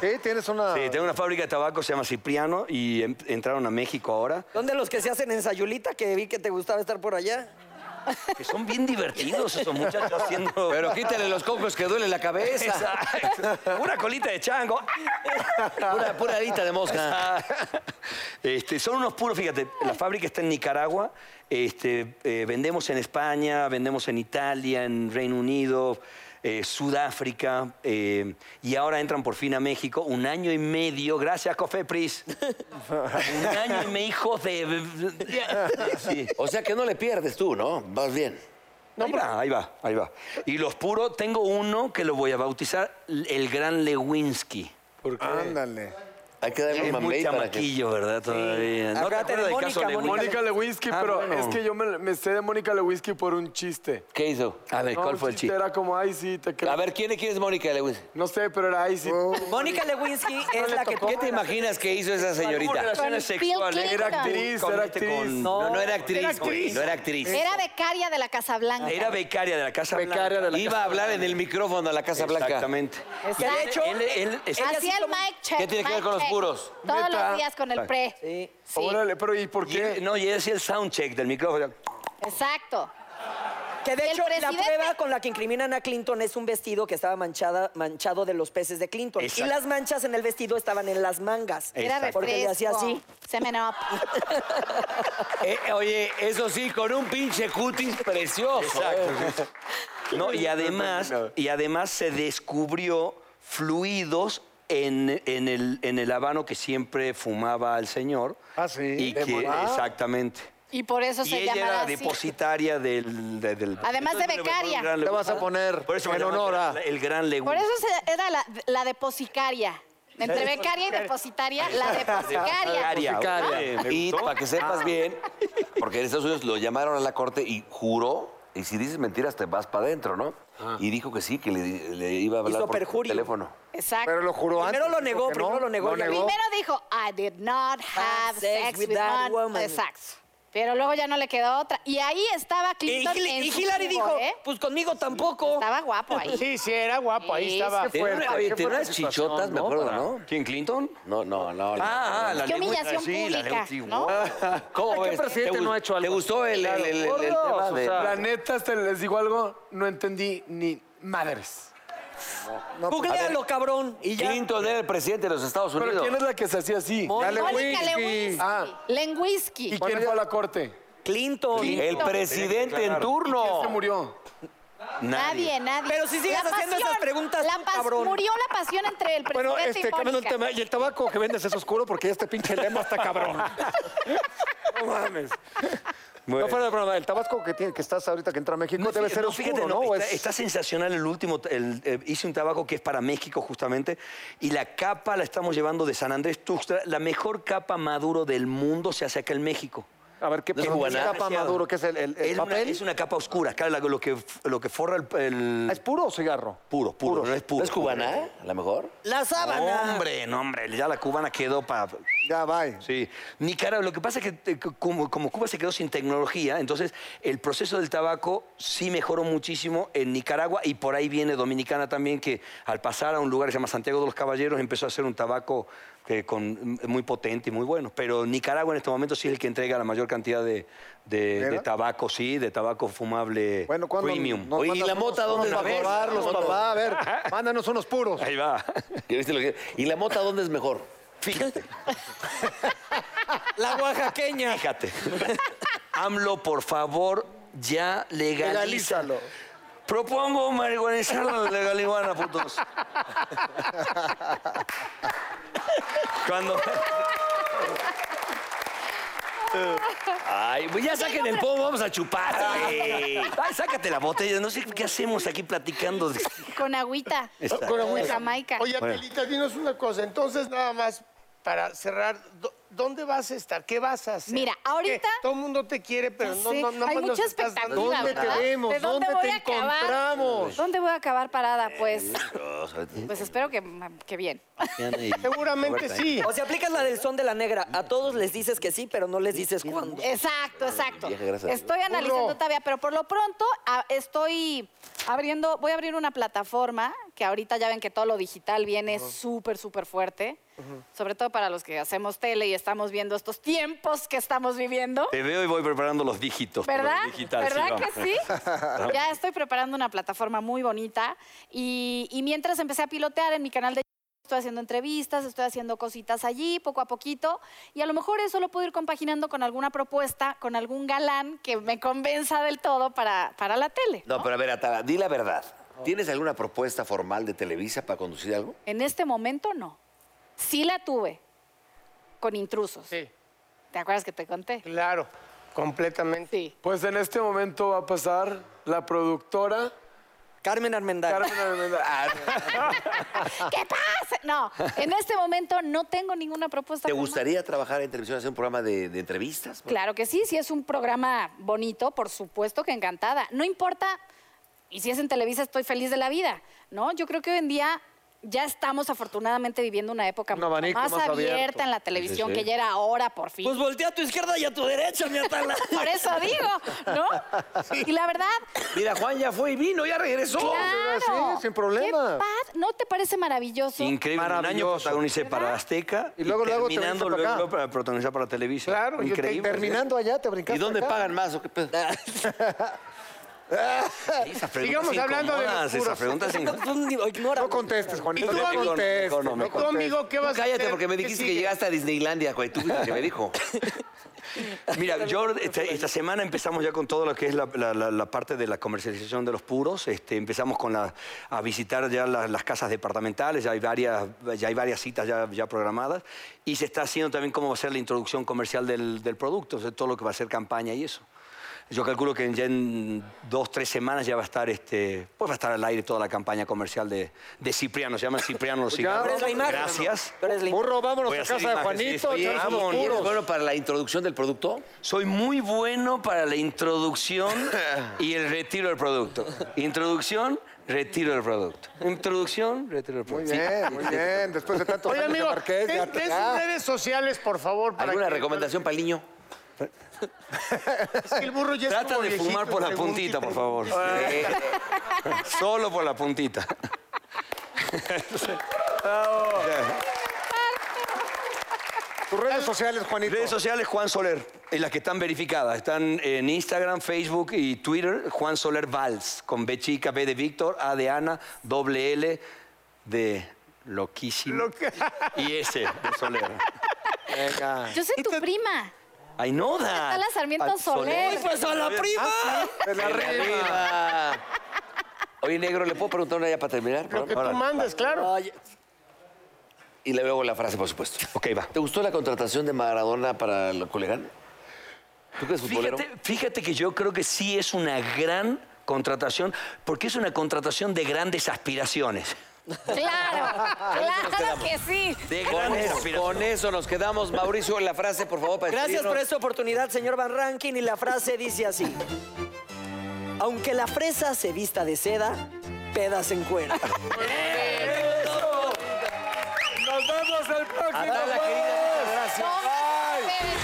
Speaker 5: Sí, tienes una.
Speaker 1: Sí, tengo una fábrica de tabaco, se llama Cipriano, y en- entraron a México ahora.
Speaker 4: ¿Dónde los que se hacen en Sayulita que vi que te gustaba estar por allá?
Speaker 1: Que son bien divertidos esos muchachos haciendo.
Speaker 2: Pero quítale los cocos que duele la cabeza.
Speaker 1: Exacto. Una colita de chango.
Speaker 2: Pura, pura alita de mosca.
Speaker 1: Este, son unos puros, fíjate, la fábrica está en Nicaragua, este, eh, vendemos en España, vendemos en Italia, en Reino Unido, eh, Sudáfrica, eh, y ahora entran por fin a México, un año y medio, gracias Cofepris, un año y medio, hijo de... Sí.
Speaker 2: O sea que no le pierdes tú, ¿no? Vas bien.
Speaker 1: ahí va, ahí va, ahí va. Y los puros, tengo uno que lo voy a bautizar, el gran Lewinsky. Ah,
Speaker 9: Ándale.
Speaker 2: Hay que darle
Speaker 1: Es
Speaker 2: un
Speaker 1: muy
Speaker 2: mamey para que...
Speaker 1: chamaquillo, ¿verdad? Todavía. No te
Speaker 4: Acuérdate de
Speaker 1: acuerdas del
Speaker 4: Mónica,
Speaker 1: caso Lewinsky.
Speaker 9: Mónica Lewinsky,
Speaker 1: Ah,
Speaker 9: pero
Speaker 1: bueno.
Speaker 9: es que yo me, me sé de Mónica Lewinsky por un chiste.
Speaker 2: ¿Qué hizo?
Speaker 1: A ver,
Speaker 9: No,
Speaker 1: Eh, ¿cuál
Speaker 9: un
Speaker 1: fue el chiste?
Speaker 9: Era como, ay, sí, te creo.
Speaker 2: A ver, ¿quién, quién es Mónica Lewis?
Speaker 9: No sé, pero era ay, sí.
Speaker 1: Oh.
Speaker 4: Mónica Lewinsky es la que
Speaker 2: ¿Qué te imaginas que hizo esa señorita?
Speaker 1: relaciones
Speaker 8: Con Bill
Speaker 1: sexuales.
Speaker 8: Clinton. Era
Speaker 9: actriz,
Speaker 1: Con-
Speaker 9: era
Speaker 1: este,
Speaker 9: actriz.
Speaker 1: con-
Speaker 2: No, no era actriz, güey. No era actriz.
Speaker 8: Era becaria de la Casa Blanca.
Speaker 1: Era becaria de la Casa
Speaker 9: Becaria
Speaker 1: Blanca.
Speaker 9: de la
Speaker 1: Iba
Speaker 2: Iba a hablar en el micrófono a la Casa Blanca.
Speaker 1: Exactamente.
Speaker 4: ¿Qué ha hecho?
Speaker 1: Él, él- es-
Speaker 8: Hacía el mic check.
Speaker 2: ¿Qué tiene que ver
Speaker 8: mic
Speaker 2: con los
Speaker 8: check.
Speaker 2: puros?
Speaker 8: Todos
Speaker 9: Neta.
Speaker 8: los días con el pre.
Speaker 4: Sí.
Speaker 8: Sí,
Speaker 9: Órale, pero ¿y por
Speaker 1: y
Speaker 9: qué?
Speaker 1: él- no, y él hacía el soundcheck del micrófono.
Speaker 8: exacto.
Speaker 4: Que de
Speaker 8: El
Speaker 4: hecho,
Speaker 8: presidente-
Speaker 4: la prueba con la que incriminan a Clinton es un vestido que estaba manchada, manchado de los peces de Clinton.
Speaker 1: Exacto.
Speaker 4: Y las manchas en el vestido estaban en las mangas.
Speaker 8: Era refresco.
Speaker 4: Porque le hacía así.
Speaker 8: Se me no.
Speaker 2: Eh, oye, eso sí, con un pinche cutis precioso.
Speaker 1: No, y además, y además se descubrió fluidos en, en el, en el habano que siempre fumaba el señor.
Speaker 5: Ah, sí.
Speaker 1: Y
Speaker 5: De
Speaker 1: que,
Speaker 5: morar.
Speaker 1: exactamente.
Speaker 8: Y por eso
Speaker 1: Y
Speaker 8: se
Speaker 1: ella
Speaker 8: llamaba
Speaker 1: era
Speaker 8: así.
Speaker 1: depositaria del, de- del-
Speaker 8: Además de
Speaker 1: Entonces, le voy a poner
Speaker 8: becaria.
Speaker 1: un gran
Speaker 5: Te vas
Speaker 1: Lewinsky.
Speaker 5: a poner
Speaker 1: Por eso me
Speaker 5: en
Speaker 1: llaman
Speaker 5: honor a-
Speaker 1: el- El gran Lewinsky.
Speaker 8: Por eso se- era la, la deposicaria. Entre becaria y depositaria, la deposicaria.
Speaker 1: Becaria.
Speaker 2: Ah, Y para que sepas bien, porque en Estados Unidos lo llamaron a la corte y juró, y si dices mentiras te vas para adentro, ¿no?
Speaker 1: Ah.
Speaker 2: Y dijo que sí, que le, le iba a hablar
Speaker 4: Hizo
Speaker 2: por
Speaker 4: perjurio.
Speaker 2: teléfono.
Speaker 8: Exacto.
Speaker 5: Pero lo juró
Speaker 4: Primero
Speaker 5: antes.
Speaker 4: lo negó,
Speaker 5: dijo que no,
Speaker 4: primero lo negó, ya
Speaker 5: negó.
Speaker 8: Primero dijo, I did not have sex, with,
Speaker 4: that
Speaker 8: none-
Speaker 4: woman.
Speaker 8: Exacto. Pero luego ya no le quedó otra. Y ahí estaba
Speaker 4: Y,
Speaker 8: Clinton.
Speaker 4: Hil-
Speaker 8: en
Speaker 4: y
Speaker 8: su
Speaker 4: Hillary
Speaker 8: jugo,
Speaker 4: dijo,
Speaker 8: ¿eh?
Speaker 4: pues conmigo tampoco.
Speaker 8: Estaba guapo ahí.
Speaker 3: Sí, sí, era guapo, ahí
Speaker 8: Sí,
Speaker 3: estaba.
Speaker 5: Qué
Speaker 2: Tenía
Speaker 5: fuerte,
Speaker 2: una-
Speaker 5: qué
Speaker 2: tenía
Speaker 5: fuerte
Speaker 2: unas
Speaker 5: situación,
Speaker 2: chichotas, me
Speaker 5: ¿no?
Speaker 2: acuerdo,
Speaker 5: Para-
Speaker 2: ¿no?
Speaker 1: ¿Quién, Clinton?
Speaker 2: No, no, no.
Speaker 1: Ah, ah, la
Speaker 8: Qué
Speaker 1: Lewinsky.
Speaker 8: humillación
Speaker 1: Sí, la
Speaker 8: pública,
Speaker 1: Lewinsky,
Speaker 8: ¿no?
Speaker 1: wow.
Speaker 2: ¿Cómo
Speaker 5: ¿Qué
Speaker 2: ves?
Speaker 5: presidente
Speaker 2: ¿Te
Speaker 5: no
Speaker 2: gu-
Speaker 5: ha hecho algo?
Speaker 2: ¿Te gustó el, el- el- el- el
Speaker 5: Claro,
Speaker 2: tema
Speaker 5: o
Speaker 2: de-
Speaker 5: sea,
Speaker 9: La neta, te les digo algo, no entendí ni madres.
Speaker 5: pues,
Speaker 4: Googlealo, cabrón. Y ya.
Speaker 2: Clinton era el presidente de los Estados
Speaker 9: Pero
Speaker 2: Unidos.
Speaker 9: ¿quién es la que se hacía así?
Speaker 5: Dale,
Speaker 8: Mónica
Speaker 5: whisky.
Speaker 8: Lewinsky.
Speaker 9: Ah.
Speaker 8: Lenguisky.
Speaker 9: ¿Y quién fue a la corte?
Speaker 4: Clinton.
Speaker 2: El presidente en turno.
Speaker 9: Se murió.
Speaker 8: Nadie, nadie.
Speaker 4: Pero si sigues haciendo esas preguntas,
Speaker 8: la pas-
Speaker 4: cabrón.
Speaker 8: Murió la pasión entre el presidente
Speaker 5: Bueno, este,
Speaker 8: y
Speaker 5: cambiando el
Speaker 8: Mónica.
Speaker 5: tema. Y el tabaco que vendes es oscuro porque este pinche lema está cabrón. No mames. No fuera de broma, el tabasco que, tiene, que estás ahorita que entra a México debe
Speaker 1: fíjate,
Speaker 5: ser
Speaker 1: no,
Speaker 5: oscuro,
Speaker 1: fíjate,
Speaker 5: ¿no?
Speaker 1: no,
Speaker 5: ¿O
Speaker 1: Está,
Speaker 5: es-
Speaker 1: está sensacional el último. el, eh, hice un tabaco que es para México, justamente. Y la capa la estamos llevando de San Andrés Tuxtla. La mejor capa maduro del mundo se hace acá en México.
Speaker 5: A ver, ¿qué
Speaker 2: No es
Speaker 5: qué
Speaker 2: buena.
Speaker 5: capa maduro? ¿Qué es el, el- el
Speaker 1: Es una-
Speaker 5: papel?
Speaker 1: es una capa oscura. Claro, la- lo que, lo que forra el. el-
Speaker 5: Ah, ¿Es puro o cigarro?
Speaker 1: puro, puro, no es puro.
Speaker 2: ¿No es cubana, eh? a lo mejor?
Speaker 4: La sábana.
Speaker 1: Hombre, no, hombre. Ya la cubana quedó para.
Speaker 5: Ya, bye.
Speaker 1: Sí. Nicaragua, lo que pasa es que eh, cu- como, como Cuba se quedó sin tecnología, entonces el proceso del tabaco sí mejoró muchísimo en Nicaragua y por ahí viene Dominicana también, que al pasar a un lugar que se llama Santiago de los Caballeros empezó a hacer un tabaco que con, muy potente y muy bueno. Pero Nicaragua en este momento sí es el que entrega la mayor cantidad de, de- de
Speaker 5: ¿Verdad?
Speaker 1: tabaco, sí, de tabaco fumable
Speaker 5: Bueno, ¿cuándo
Speaker 1: premium.
Speaker 5: nos
Speaker 2: Oye, ¿y
Speaker 5: mandas
Speaker 2: la
Speaker 5: unos
Speaker 2: mota dónde la
Speaker 5: puros
Speaker 2: ves?
Speaker 5: Para probarlos,
Speaker 2: ¿Dónde?
Speaker 5: papá. A ver, mándanos unos puros.
Speaker 1: Ahí va.
Speaker 2: ¿Ya viste lo que- ¿Y la mota dónde es mejor?
Speaker 1: Fíjate.
Speaker 4: La oaxaqueña.
Speaker 1: Fíjate. AMLO, por favor, ya legaliza.
Speaker 5: Legalízalo.
Speaker 1: Propongo marihuanizar la legaliguana, putos. Cuando.
Speaker 2: Ay, pues ya saquen el pomo, vamos a chupar.
Speaker 1: Ay, sácate la botella. No sé qué hacemos aquí platicando. de-
Speaker 8: Con agüita.
Speaker 1: Exacto.
Speaker 3: Con
Speaker 8: De
Speaker 3: agüita.
Speaker 8: Jamaica.
Speaker 3: Oye, Telita, dinos una cosa. Entonces, nada más para cerrar, ¿dó- ¿dónde vas a estar? ¿Qué vas a hacer?
Speaker 8: Mira, ahorita-
Speaker 3: ¿Qué? Todo el mundo te quiere, pero
Speaker 8: Ya
Speaker 3: no,
Speaker 8: sé,
Speaker 3: no, no
Speaker 8: Hay
Speaker 3: más nos
Speaker 8: mucha
Speaker 3: estás dando-
Speaker 8: expectativa,
Speaker 5: ¿Dónde
Speaker 8: ¿verdad?
Speaker 5: te vemos?
Speaker 8: ¿De dónde,
Speaker 5: ¿Dónde
Speaker 8: voy
Speaker 5: te
Speaker 8: a acabar?
Speaker 5: encontramos?
Speaker 8: ¿Dónde voy a acabar parada? Pues,
Speaker 4: Eh,
Speaker 8: pues espero que, que bien.
Speaker 5: Pues,
Speaker 3: Seguramente sí.
Speaker 4: O sea, aplicas la del son de la negra. A todos les dices que sí, pero no les dices cuándo.
Speaker 8: Exacto, exacto.
Speaker 2: Vieja, gracias a Dios.
Speaker 8: Estoy analizando todavía, pero por lo pronto a- estoy abriendo, voy a abrir una plataforma que ahorita ya ven que todo lo digital viene súper, súper fuerte, sobre todo para los que hacemos tele y estamos viendo estos tiempos que estamos viviendo.
Speaker 1: Te veo y voy preparando los dígitos. para
Speaker 8: ¿Verdad?
Speaker 1: lo digital, sí,
Speaker 8: ¿Verdad
Speaker 1: vamos.
Speaker 8: que sí? ya estoy preparando una plataforma muy bonita y, y mientras empecé a pilotear en mi canal de YouTube, estoy haciendo entrevistas, estoy haciendo cositas allí poco a poquito y a lo mejor eso lo puedo ir compaginando con alguna propuesta, con algún galán que me convenza del todo para, para la tele.
Speaker 2: No, pero a ver, Atala, di la verdad.
Speaker 10: ¿Tienes alguna propuesta formal de Televisa para conducir algo?
Speaker 8: En este momento no. Sí la tuve con intrusos.
Speaker 3: Sí,
Speaker 8: ¿Te acuerdas que te conté?
Speaker 3: claro, completamente.
Speaker 8: Sí.
Speaker 9: Pues en este momento va a pasar la productora
Speaker 4: Carmen Armendal.
Speaker 9: Carmen Ah, Armendariz.
Speaker 10: Ah.
Speaker 8: ¿Qué pasa? No, en este momento no tengo ninguna propuesta.
Speaker 10: ¿Te
Speaker 8: formal.
Speaker 10: gustaría trabajar en televisión, hacer un programa de, de entrevistas?
Speaker 8: Claro que sí, si es un programa bonito, por supuesto que encantada. No importa, y si es en Televisa estoy feliz de la vida, ¿no? Yo creo que hoy en día ya estamos afortunadamente viviendo una época
Speaker 5: Un
Speaker 8: mucho
Speaker 5: abanico
Speaker 8: más,
Speaker 5: más
Speaker 8: abierta
Speaker 5: abierto.
Speaker 8: en la televisión,
Speaker 10: sí.
Speaker 8: que ya era ahora por fin.
Speaker 4: Pues voltea a tu izquierda y a tu derecha, mi Atala.
Speaker 8: por eso digo, ¿no? Y la verdad,
Speaker 2: Mira, Juan ya fue y vino, ya regresó.
Speaker 8: claro.
Speaker 5: sí, sin problema.
Speaker 8: ¿Qué paz? ¿No te parece maravilloso?
Speaker 1: Increíble. Un año
Speaker 5: Maravilloso.
Speaker 1: protagonicé para Azteca
Speaker 5: Y luego, luego te
Speaker 1: terminando
Speaker 5: viniste para
Speaker 1: luego
Speaker 5: acá.
Speaker 1: para protagonizar para Televisa.
Speaker 3: Claro, yo te-
Speaker 9: ¿eh?
Speaker 1: increíble.
Speaker 5: Terminando allá, te brincaste
Speaker 10: ¿Y dónde
Speaker 5: acá.
Speaker 10: pagan más o qué pedo?
Speaker 3: Ah,
Speaker 1: Esas preguntas
Speaker 3: Sigamos hablando de locuras.
Speaker 1: incómodas, Esas preguntas incómodas.
Speaker 4: Ignora.
Speaker 5: No contestes,
Speaker 3: ¿Y
Speaker 5: Juanito.
Speaker 3: tú,
Speaker 5: no
Speaker 3: amigo?
Speaker 5: contestes,
Speaker 1: Mejor no,
Speaker 5: no
Speaker 1: mejor.
Speaker 3: Tú, amigo, ¿qué
Speaker 2: Tú
Speaker 3: vas a hacer?
Speaker 2: cállate porque me
Speaker 3: ¿Qué
Speaker 2: dijiste que
Speaker 3: sigue?
Speaker 2: llegaste a Disneylandia, güey. Tú fuiste el que me dijo.
Speaker 1: Mira, yo esta, esta semana empezamos ya con todo lo que es la, la- la- la parte de la comercialización de los puros. Este, empezamos con la, a visitar ya la- las casas departamentales, ya hay varias, ya hay varias citas ya, ya programadas. Y se está haciendo también cómo va a ser la introducción comercial del, del producto, o sea, todo lo que va a ser campaña y eso. Yo calculo que ya en dos, tres semanas ya va a estar, este, pues va a estar al aire toda la campaña comercial de, de Cipriano. Se llama Cipriano los cigarros.
Speaker 4: Pero es la imagen.
Speaker 1: Gracias.
Speaker 4: Tú eres la imagen.
Speaker 5: Burro, vámonos
Speaker 1: Voy a
Speaker 5: a
Speaker 1: hacer
Speaker 5: casa de
Speaker 1: imágenes,
Speaker 5: Juanito,
Speaker 1: sí,
Speaker 5: echar
Speaker 1: sí.
Speaker 5: unos
Speaker 1: Vamos,
Speaker 5: puros.
Speaker 10: ¿Eres bueno para la introducción del producto?
Speaker 1: Soy muy bueno para la introducción y el retiro del producto. Introducción, retiro del producto. Introducción, retiro del
Speaker 5: Muy
Speaker 1: producto.
Speaker 5: bien, muy bien. Después de tantos
Speaker 3: Oye,
Speaker 5: años de
Speaker 3: amigo,
Speaker 5: Marqués, ya-
Speaker 3: ten- ten
Speaker 5: ya.
Speaker 3: sus redes sociales, por favor. para
Speaker 10: ¿Alguna
Speaker 3: que-
Speaker 10: recomendación para el niño?
Speaker 3: Es que el burro ya es
Speaker 1: Trata
Speaker 3: como
Speaker 1: de
Speaker 3: viejito,
Speaker 1: fumar por la
Speaker 3: pregunta y
Speaker 1: puntita, por
Speaker 3: pregunta.
Speaker 1: favor.
Speaker 5: Ah.
Speaker 1: Solo por la puntita.
Speaker 5: Tus redes sociales, Juanito.
Speaker 1: Redes sociales Juan Soler, en las que están verificadas. Están en Instagram, Facebook y Twitter, Juan Soler Valls, con B chica, B de Víctor, A de Ana, doble L de loquísimo. Y S de Soler.
Speaker 5: Venga.
Speaker 8: Yo soy tu prima.
Speaker 1: ¡Ay, no da!
Speaker 8: Atala Sarmiento
Speaker 1: Al
Speaker 8: Soler.
Speaker 4: Pues a la prima.
Speaker 5: De la rima.
Speaker 10: Oye, negro, ¿le puedo preguntar una ya para terminar?
Speaker 3: Lo que tú mandes, claro.
Speaker 4: Ay,
Speaker 10: Y le luego la frase, por supuesto.
Speaker 1: Ok, va.
Speaker 10: ¿Te gustó la contratación de Maradona para el Colegán? ¿Tú que eres futbolero?
Speaker 1: Fíjate, fíjate que yo creo que sí es una gran contratación, porque es una contratación de grandes aspiraciones.
Speaker 8: Claro, claro que sí.
Speaker 1: De
Speaker 2: Con
Speaker 1: grandes
Speaker 2: eso,
Speaker 1: aspiraciones.
Speaker 2: con eso nos quedamos. Mauricio, la frase, por favor, para
Speaker 4: Gracias
Speaker 2: despedirnos.
Speaker 4: por esta oportunidad, señor Van Rankin. Y la frase dice así. Aunque la fresa se vista de seda, pedas en cuero.
Speaker 9: Nos vemos el próximo.
Speaker 2: Atala, querida, muchas gracias.
Speaker 8: No, ustedes.